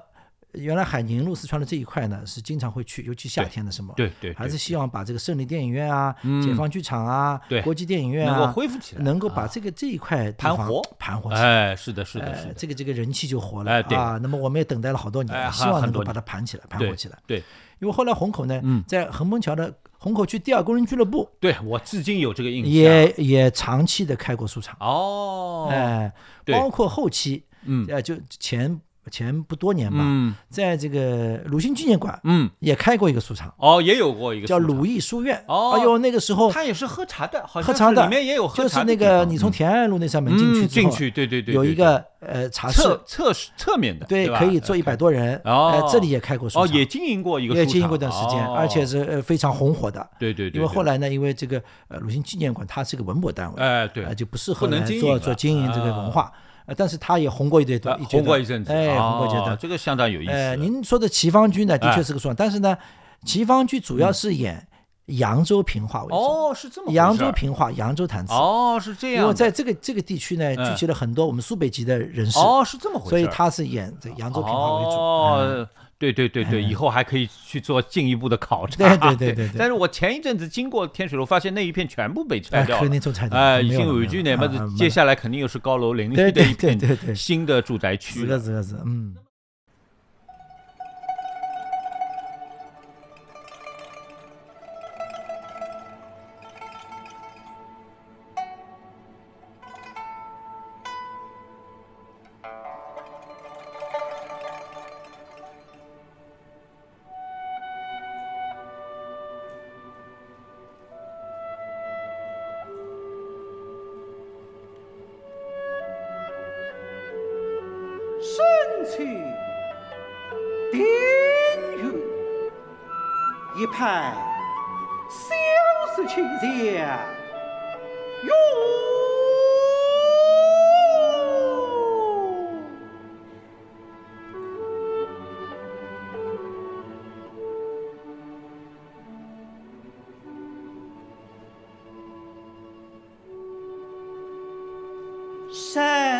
Speaker 3: 原来海宁路四川的这一块呢是经常会去，尤其夏天的时候，
Speaker 2: 对对，
Speaker 3: 还
Speaker 2: 对
Speaker 3: 是希望把这个胜利电影院啊、
Speaker 2: 嗯
Speaker 3: 解放剧场啊
Speaker 2: 对、
Speaker 3: 国际电影院
Speaker 2: 能够
Speaker 3: 啊，
Speaker 2: 恢复起来，
Speaker 3: 能够把
Speaker 2: 啊
Speaker 3: 这个这一块地
Speaker 2: 盘
Speaker 3: 方
Speaker 2: 活
Speaker 3: 盘活起来。
Speaker 2: 哎，是的，是的，是
Speaker 3: 呃，
Speaker 2: 的，
Speaker 3: 这个这个人气就活了、
Speaker 2: 哎对
Speaker 3: 啊。那么我们也等待了好多年，
Speaker 2: 哎
Speaker 3: 希
Speaker 2: 很
Speaker 3: 望
Speaker 2: 很
Speaker 3: 能
Speaker 2: 多
Speaker 3: 够把
Speaker 2: 年
Speaker 3: 它盘起来、盘
Speaker 2: 对
Speaker 3: 活起来。
Speaker 2: 对
Speaker 3: 因为后来虹口呢，
Speaker 2: 嗯
Speaker 3: 在横奔桥的虹口区第二工人俱乐部
Speaker 2: 对，我至今有这个印象。
Speaker 3: 也也长期的开过书场，
Speaker 2: 啊哦，
Speaker 3: 哎、
Speaker 2: 对
Speaker 3: 包括后期，
Speaker 2: 嗯
Speaker 3: 呃，就前前不多年吧，
Speaker 2: 嗯
Speaker 3: 在这个鲁迅纪念馆
Speaker 2: 嗯，
Speaker 3: 也开过一个书场，
Speaker 2: 哦，也有过一个
Speaker 3: 叫
Speaker 2: 市场
Speaker 3: 鲁艺书院。
Speaker 2: 哦
Speaker 3: 哎呦，那个时候
Speaker 2: 他也是喝茶的，好像
Speaker 3: 喝茶
Speaker 2: 是
Speaker 3: 的，
Speaker 2: 里面也有喝
Speaker 3: 就
Speaker 2: 茶的
Speaker 3: 是那
Speaker 2: 地方
Speaker 3: 个你从田爱路那扇门进去
Speaker 2: 嗯
Speaker 3: 之后，
Speaker 2: 进去，对对对，
Speaker 3: 有
Speaker 2: 对
Speaker 3: 一
Speaker 2: 对
Speaker 3: 个呃茶室，
Speaker 2: 侧侧室侧面的，
Speaker 3: 对，
Speaker 2: 吧
Speaker 3: 可以坐一百多人。
Speaker 2: 哦
Speaker 3: 呃，这里也开过书
Speaker 2: 哦，
Speaker 3: 场，
Speaker 2: 也经营过一个，哦
Speaker 3: 也经营过一段时间，而且，是呃非常红火的。
Speaker 2: 对对对，
Speaker 3: 因为后
Speaker 2: 来，
Speaker 3: 来呢，因为这个呃鲁迅纪念馆它是个文博单位，
Speaker 2: 哎，对
Speaker 3: 呃，就不适
Speaker 2: 不
Speaker 3: 合
Speaker 2: 能
Speaker 3: 来
Speaker 2: 经营
Speaker 3: 做
Speaker 2: 了
Speaker 3: 做经营这个文化。呃，但是它也红过一段
Speaker 2: 呃
Speaker 3: 段，
Speaker 2: 红过一阵子，
Speaker 3: 哎，
Speaker 2: 哦
Speaker 3: 红过一段。
Speaker 2: 这个相当有意思。
Speaker 3: 呃，您说的齐方居呢，的
Speaker 2: 哎
Speaker 3: 确是个说法，但是呢，齐方居主要是演扬州评话为主，
Speaker 2: 哦，是这么回事儿，
Speaker 3: 扬州评话、扬州弹词。
Speaker 2: 哦，是这样的，
Speaker 3: 因为在这个这个地区呢，
Speaker 2: 嗯
Speaker 3: 聚集了很多我们苏北籍的人士，
Speaker 2: 哦，是这么回事儿，
Speaker 3: 所以他是演这扬州评话为主。嗯
Speaker 2: 哦，对对对对，以后还可以去做进一步的考察。
Speaker 3: 对对对对对
Speaker 2: 但是我前一阵子经过天水楼，发现那一片全部被拆
Speaker 3: 哎
Speaker 2: 掉了，
Speaker 3: 肯定都拆掉了
Speaker 2: 哎，已
Speaker 3: 没有
Speaker 2: 经
Speaker 3: 了
Speaker 2: 有一
Speaker 3: 没有
Speaker 2: 句
Speaker 3: 了
Speaker 2: 呢，那
Speaker 3: 啊啊
Speaker 2: 么
Speaker 3: 没
Speaker 2: 接
Speaker 3: 了
Speaker 2: 下来肯定又是高楼林立
Speaker 3: 对
Speaker 2: 的一
Speaker 3: 对对
Speaker 2: 片
Speaker 3: 对对
Speaker 2: 新的住宅区
Speaker 3: 是
Speaker 2: 了
Speaker 3: 的，。是的，是的，嗯。
Speaker 1: 身处田园，一派萧瑟清香，哟。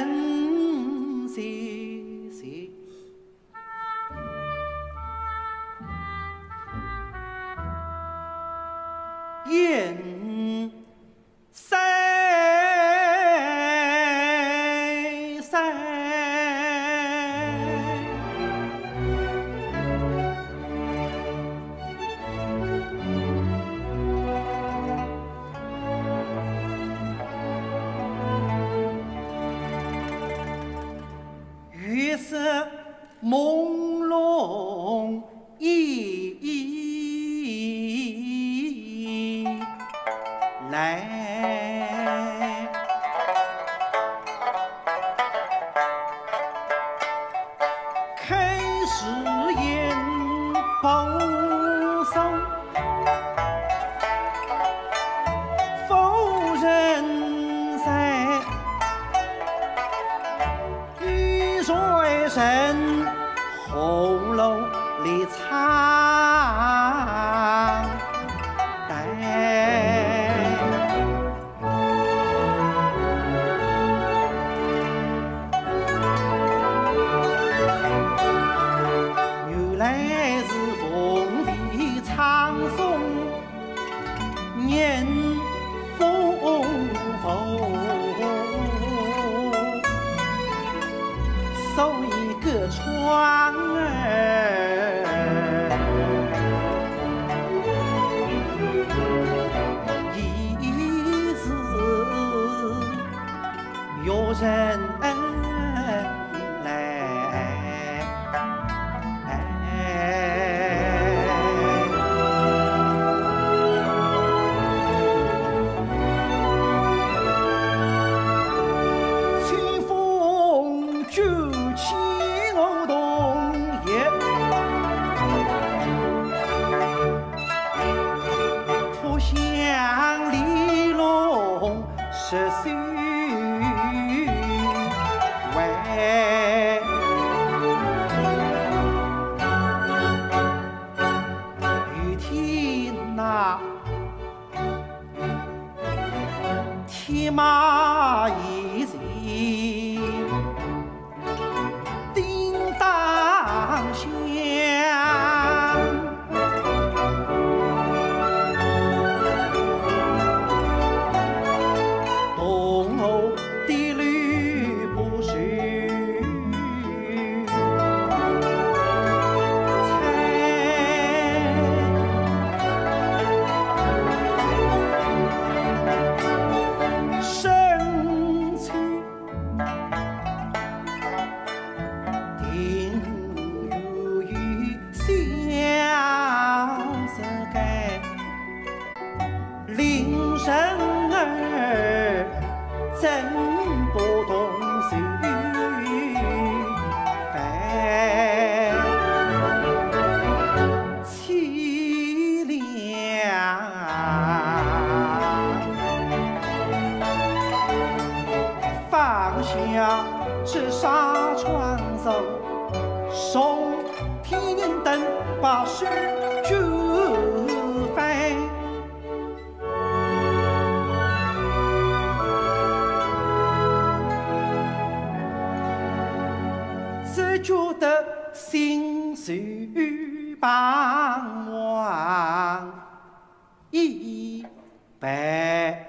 Speaker 1: 神兮兮，应山山。月色朦胧依依来。开始眼傍上，否认在。雨水神红楼里藏带。原来是凤地唱诵念风佛，手一个窗儿，已是有人来。清风卷起我桐叶，扑向篱笼十岁晚。雨天呐，天马已醉，叮当响。同我的绿不树。身处庭院小石阶，令人儿怎不动心烦？凄凉。放下这纱窗手，送天灯把书卷翻。只觉得心绪彷徨，一白。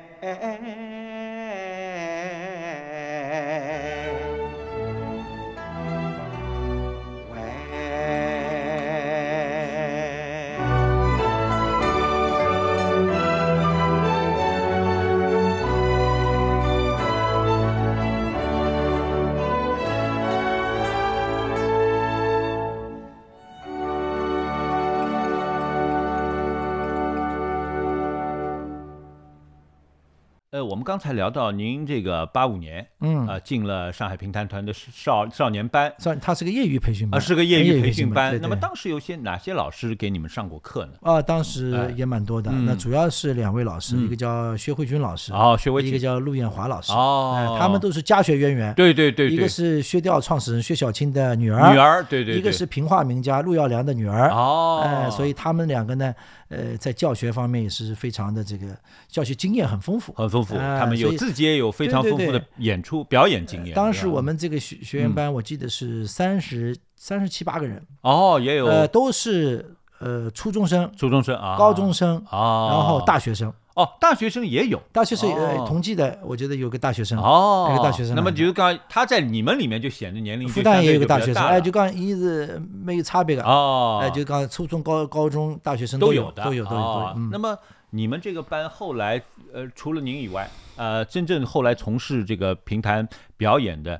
Speaker 2: 呃，我们刚才聊到您这个八五年，
Speaker 3: 嗯
Speaker 2: 啊、进了上海评弹团的少少年班
Speaker 3: 算他是个业哎余培训
Speaker 2: 啊，
Speaker 3: 班，
Speaker 2: 是个业余培训班。
Speaker 3: 对对
Speaker 2: 那么当时有些哪些老师给你们上过课呢？
Speaker 3: 啊，当
Speaker 2: 哎
Speaker 3: 时也蛮多的。
Speaker 2: 嗯
Speaker 3: 那主要是两位老师，
Speaker 2: 嗯
Speaker 3: 一个叫薛慧君老师，
Speaker 2: 哦，学
Speaker 3: 一
Speaker 2: 围
Speaker 3: 个
Speaker 2: 棋
Speaker 3: 叫陆艳华老师。哎
Speaker 2: 哦，
Speaker 3: 他们都是家学渊源，
Speaker 2: 对对对
Speaker 3: 一个
Speaker 2: 对，
Speaker 3: 是薛调创始人薛小青的女儿，
Speaker 2: 女儿对对，
Speaker 3: 一个
Speaker 2: 对
Speaker 3: 是平化名家陆耀良的女儿。
Speaker 2: 哦，
Speaker 3: 哎，所以他们两个呢，呃，在教学方面也是非常的这个教学经验很丰富。
Speaker 2: 很丰富，
Speaker 3: 哎
Speaker 2: 他们有
Speaker 3: 所以
Speaker 2: 自己也有非常
Speaker 3: 对
Speaker 2: 丰
Speaker 3: 对呃
Speaker 2: 富的演出表演经验。
Speaker 3: 当
Speaker 2: 这
Speaker 3: 时
Speaker 2: 样
Speaker 3: 我们这个学
Speaker 2: 嗯
Speaker 3: 学员班，我记得是三十三十七八个人，
Speaker 2: 哦也有
Speaker 3: 呃，都是呃初中生、
Speaker 2: 初中生啊，
Speaker 3: 高中生，
Speaker 2: 哦，
Speaker 3: 然后大学生。
Speaker 2: 哦大学生也有
Speaker 3: 大学生呃
Speaker 2: 哦
Speaker 3: 同济的，我觉得有个大学生，
Speaker 2: 哦，
Speaker 3: 嗯有个大学生
Speaker 2: 那么
Speaker 3: 来的
Speaker 2: 就是刚他在你们里面就显得年龄就
Speaker 3: 复旦
Speaker 2: 相
Speaker 3: 也
Speaker 2: 对
Speaker 3: 有
Speaker 2: 就
Speaker 3: 个
Speaker 2: 比
Speaker 3: 大
Speaker 2: 较
Speaker 3: 学生，
Speaker 2: 大
Speaker 3: 哎，
Speaker 2: 了
Speaker 3: 就刚一直没有差别的，
Speaker 2: 哦，
Speaker 3: 哎，就刚初中、高高中、大学生
Speaker 2: 都
Speaker 3: 有
Speaker 2: 的，
Speaker 3: 都有都有都有
Speaker 2: 哦。
Speaker 3: 嗯
Speaker 2: 那么你们这个班后来，呃，除了您以外，呃，真正后来从事这个评弹表演的，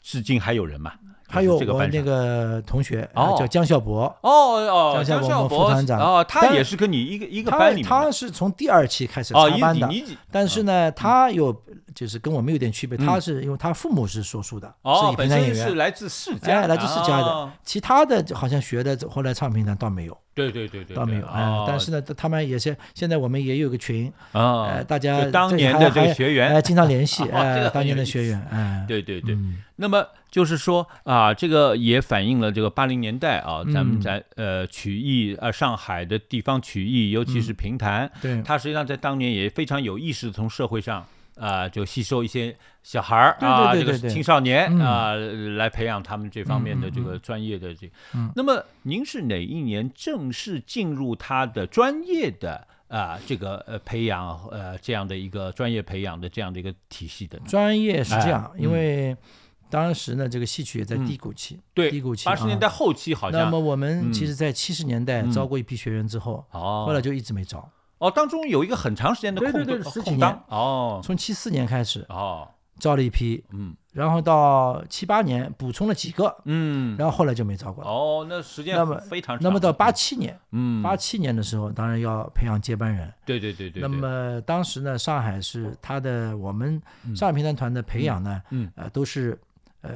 Speaker 2: 至今还有人吗？
Speaker 3: 还有
Speaker 2: 就是这
Speaker 3: 我
Speaker 2: 班
Speaker 3: 那
Speaker 2: 上。
Speaker 3: 个同学
Speaker 2: 哦
Speaker 3: 呃叫江孝博，
Speaker 2: 哦哦，
Speaker 3: 江
Speaker 2: 江
Speaker 3: 夏
Speaker 2: 孝
Speaker 3: 我们副
Speaker 2: 博
Speaker 3: 团长
Speaker 2: 哦，他
Speaker 3: 但
Speaker 2: 也是跟你一个一个
Speaker 3: 他
Speaker 2: 班里面
Speaker 3: 他
Speaker 2: 的
Speaker 3: 是从第二期开始
Speaker 2: 哦，
Speaker 3: 插
Speaker 2: 一
Speaker 3: 班
Speaker 2: 你嗯
Speaker 3: 的，
Speaker 2: 你几
Speaker 3: 但是呢，他有就是跟我们有点区别，他是因为他父母是说书的，
Speaker 2: 嗯哦，
Speaker 3: 是
Speaker 2: 本
Speaker 3: 评弹
Speaker 2: 身
Speaker 3: 演
Speaker 2: 是
Speaker 3: 员，
Speaker 2: 来自世家，
Speaker 3: 哎，来自世家的
Speaker 2: 哦，。
Speaker 3: 其他的好像学的后来唱评弹倒没有，
Speaker 2: 对对对对，哦
Speaker 3: 倒没有，哎，但是
Speaker 2: 呢，
Speaker 3: 呢，他们也是现在我们也有个群，
Speaker 2: 啊
Speaker 3: 呃，，大家
Speaker 2: 就当年的这个学员 哦
Speaker 3: 哎，，经常联系，
Speaker 2: 这个
Speaker 3: 哎，
Speaker 2: 很
Speaker 3: 当年
Speaker 2: 有
Speaker 3: 的
Speaker 2: 意
Speaker 3: 学员，哎，
Speaker 2: 对对对，
Speaker 3: 嗯，
Speaker 2: 那么就是说啊，这个也反映了这个八零年代啊，咱
Speaker 3: 嗯
Speaker 2: 们在呃曲艺呃上海的地方曲艺，尤
Speaker 3: 嗯
Speaker 2: 其是评弹，
Speaker 3: 对
Speaker 2: 它实际上在当年也非常有意识的从社会上。啊、就吸收一些小孩儿
Speaker 3: 对对
Speaker 2: 啊，
Speaker 3: 对
Speaker 2: 这个
Speaker 3: 对对
Speaker 2: 青少年
Speaker 3: 嗯
Speaker 2: 啊、来培养他们这方面的这个专业的这。
Speaker 3: 嗯
Speaker 2: 那么，您是哪一年正式进入他的专业的啊、这个呃培养呃这样的一个专业培养的这样的一个体系的呢？
Speaker 3: 专业是这样
Speaker 2: 哎，嗯嗯
Speaker 3: 因为当时呢，这个戏曲也在低谷期，
Speaker 2: 对，
Speaker 3: 低谷期
Speaker 2: 八十
Speaker 3: 啊
Speaker 2: 年代后期好
Speaker 3: 那
Speaker 2: 像
Speaker 3: 么我们
Speaker 2: 嗯
Speaker 3: 其实，在七十年代招过一批学员之后，
Speaker 2: 哦，
Speaker 3: 后来就一直没招。
Speaker 2: 哦，当中有一个很长时间的
Speaker 3: 对
Speaker 2: 空
Speaker 3: 对对
Speaker 2: 档
Speaker 3: 十几
Speaker 2: 空
Speaker 3: 年
Speaker 2: 档哦
Speaker 3: 从七四年开始
Speaker 2: 哦
Speaker 3: 招了一批，
Speaker 2: 嗯
Speaker 3: 然后到七八年补充了几个，
Speaker 2: 嗯
Speaker 3: 然后后来就没招过了。
Speaker 2: 哦，那时间
Speaker 3: 那么
Speaker 2: 非常长。
Speaker 3: 那么到八七年，
Speaker 2: 嗯
Speaker 3: 八七年的时候，当然要培养接班人。
Speaker 2: 对对对对，
Speaker 3: 那
Speaker 2: 对
Speaker 3: 么当时呢，上海是他的我们上海评弹团的培养呢，
Speaker 2: 嗯
Speaker 3: 呃，都是呃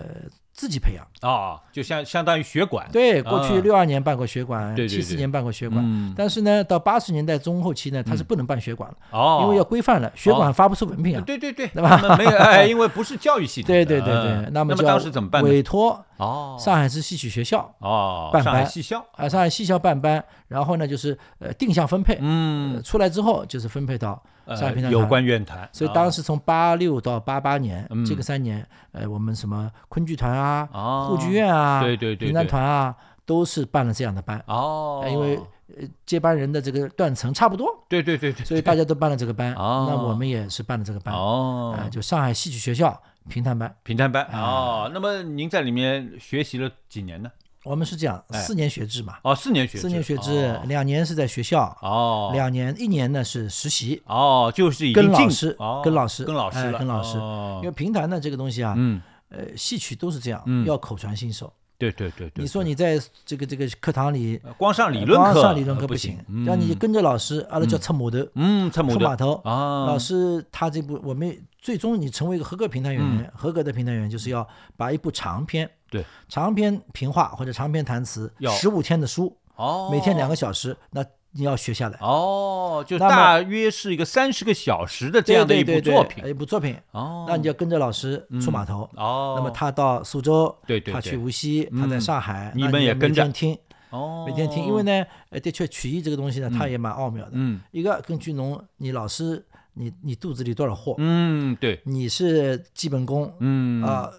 Speaker 3: 自己培养。
Speaker 2: 哦，就相相当于血管
Speaker 3: 啊对，过
Speaker 2: 啊
Speaker 3: 去六二年办过血管，
Speaker 2: 对对对
Speaker 3: 七四年办过血管，
Speaker 2: 嗯
Speaker 3: 但是呢，到八十年代中后期呢，它是不能办血管了，
Speaker 2: 哦，
Speaker 3: 因为要规范了，血管发不出文凭啊。
Speaker 2: 对对对，
Speaker 3: 对吧
Speaker 2: 那么 没有哎，因为不是教育系统
Speaker 3: 对
Speaker 2: 的，
Speaker 3: 对对对，
Speaker 2: 嗯
Speaker 3: 那么
Speaker 2: 么
Speaker 3: 就
Speaker 2: 当时怎么办呢？
Speaker 3: 委托
Speaker 2: 哦
Speaker 3: 上海市戏曲学校
Speaker 2: 哦，
Speaker 3: 办
Speaker 2: 上海
Speaker 3: 班
Speaker 2: 戏校，
Speaker 3: 啊，上海戏校办班，然后呢就是呃定向分配，
Speaker 2: 嗯
Speaker 3: 呃，出来之后就是分配到上海
Speaker 2: 呃
Speaker 3: 评弹团
Speaker 2: 有关院团，
Speaker 3: 所以
Speaker 2: 哦
Speaker 3: 当时从八六到八八年、
Speaker 2: 嗯
Speaker 3: 这个三年，呃，我们什么昆剧团啊、
Speaker 2: 哦
Speaker 3: 沪剧院啊、
Speaker 2: 对对对
Speaker 3: 云南
Speaker 2: 对
Speaker 3: 团啊，都是办了这样的班，
Speaker 2: 哦
Speaker 3: 呃，因为呃接班人的这个断层差不多，
Speaker 2: 对对对对，
Speaker 3: 所以大家都办了这个班。
Speaker 2: 哦
Speaker 3: 那我们也是办了这个班，
Speaker 2: 哦
Speaker 3: 呃，就啊上海戏曲学校评弹班。
Speaker 2: 评探班哦，那么您在里面学习了几年呢？
Speaker 3: 我们是这样，
Speaker 2: 哎
Speaker 3: 四年学制嘛，
Speaker 2: 哦，四年学制
Speaker 3: 四年学制，两年是在学校，
Speaker 2: 哦，
Speaker 3: 两年一年呢是实习，
Speaker 2: 哦，就是已经
Speaker 3: 跟老
Speaker 2: 进
Speaker 3: 师
Speaker 2: 哦，
Speaker 3: 跟老师，
Speaker 2: 跟老师
Speaker 3: 哎
Speaker 2: 了，
Speaker 3: 跟老师
Speaker 2: 哦
Speaker 3: 因为评弹呢这个东西啊，
Speaker 2: 嗯，
Speaker 3: 呃，戏曲都是这样，
Speaker 2: 嗯
Speaker 3: 要口传心授。
Speaker 2: 对对对对，
Speaker 3: 你说
Speaker 2: 对
Speaker 3: 你在这个这个课堂里
Speaker 2: 呃光上理论
Speaker 3: 光
Speaker 2: 课，
Speaker 3: 上理论
Speaker 2: 呃
Speaker 3: 课
Speaker 2: 不
Speaker 3: 行，
Speaker 2: 嗯
Speaker 3: 让你跟着老师，阿拉叫出码头，
Speaker 2: 嗯，测母
Speaker 3: 出码
Speaker 2: 的
Speaker 3: 头。
Speaker 2: 啊，
Speaker 3: 老师他这部我们最终你成为一个合格评弹演
Speaker 2: 嗯
Speaker 3: 员，合格的评弹员就是要把一部长篇，
Speaker 2: 对，
Speaker 3: 长篇评话或者长篇弹词
Speaker 2: 要，
Speaker 3: 十五天的书，
Speaker 2: 哦，
Speaker 3: 每天两个小时，那你要学下来。
Speaker 2: 哦，就
Speaker 3: 那么
Speaker 2: 大约是一个三十个小时的这
Speaker 3: 对
Speaker 2: 样的
Speaker 3: 对
Speaker 2: 一部
Speaker 3: 对对
Speaker 2: 作品
Speaker 3: 一部作品，
Speaker 2: 哦，
Speaker 3: 那你就要跟着老师出码头。
Speaker 2: 哦，
Speaker 3: 那么他到苏州，
Speaker 2: 对对
Speaker 3: 他
Speaker 2: 对嗯
Speaker 3: 去无锡，他在上海，
Speaker 2: 你
Speaker 3: 那
Speaker 2: 们也
Speaker 3: 要
Speaker 2: 跟着
Speaker 3: 每天听，
Speaker 2: 哦
Speaker 3: 每天听，因为呢，呃，的确曲艺这个东西呢，它也蛮奥妙的。
Speaker 2: 嗯
Speaker 3: 一个根据侬你老师你你肚子里多少货，
Speaker 2: 嗯对
Speaker 3: 你是基本功啊、
Speaker 2: 嗯